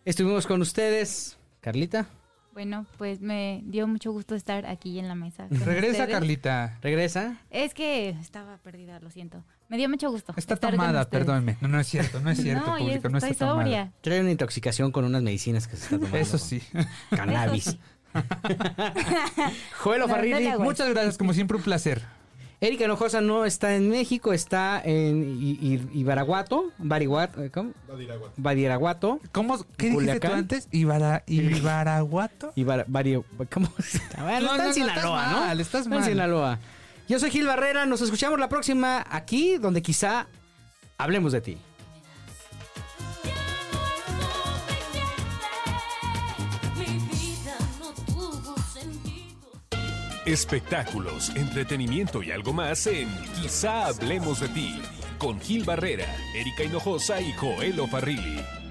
Speaker 2: Estuvimos con ustedes. Carlita,
Speaker 4: Bueno, pues me dio mucho gusto estar aquí en la mesa. con
Speaker 3: Regresa,
Speaker 4: ustedes.
Speaker 3: Carlita.
Speaker 2: regresa.
Speaker 4: Es que estaba perdida, lo siento. Me dio mucho gusto.
Speaker 3: Está
Speaker 4: estar con
Speaker 3: tomada,
Speaker 4: ustedes.
Speaker 3: perdónenme. No, no es cierto, no es cierto,
Speaker 4: no, y es
Speaker 3: público,
Speaker 4: que
Speaker 3: no
Speaker 4: estoy
Speaker 3: está tomada.
Speaker 4: sobria.
Speaker 2: Trae una intoxicación con unas medicinas que se está tomando.
Speaker 3: Eso sí.
Speaker 2: Cannabis. Joelo
Speaker 4: No, no
Speaker 2: Farrilli.
Speaker 4: le hago.
Speaker 3: Muchas gracias, como siempre, un placer.
Speaker 2: Erika Enojosa no está en México, está en I- I- Ibaraguato. Bariguat- eh, ¿cómo? Badiraguato.
Speaker 3: ¿Cómo, ¿Qué dijiste tú
Speaker 2: Culiacán.
Speaker 3: antes? Ibara, Ibaraguato.
Speaker 2: Ibara- Bario- ¿Cómo se llama? está
Speaker 3: No, no, no,
Speaker 2: en Sinaloa,
Speaker 3: estás
Speaker 2: ¿no?
Speaker 3: mal, estás
Speaker 2: Está en
Speaker 3: mal.
Speaker 2: Sinaloa. Yo soy Gil Barrera, nos escuchamos la próxima aquí, donde quizá hablemos de ti.
Speaker 9: Mi vida no tuvo sentido.
Speaker 1: Espectáculos, entretenimiento y algo más en Quizá hablemos de ti. Con Gil Barrera, Erika Hinojosa y Joel Farrilli.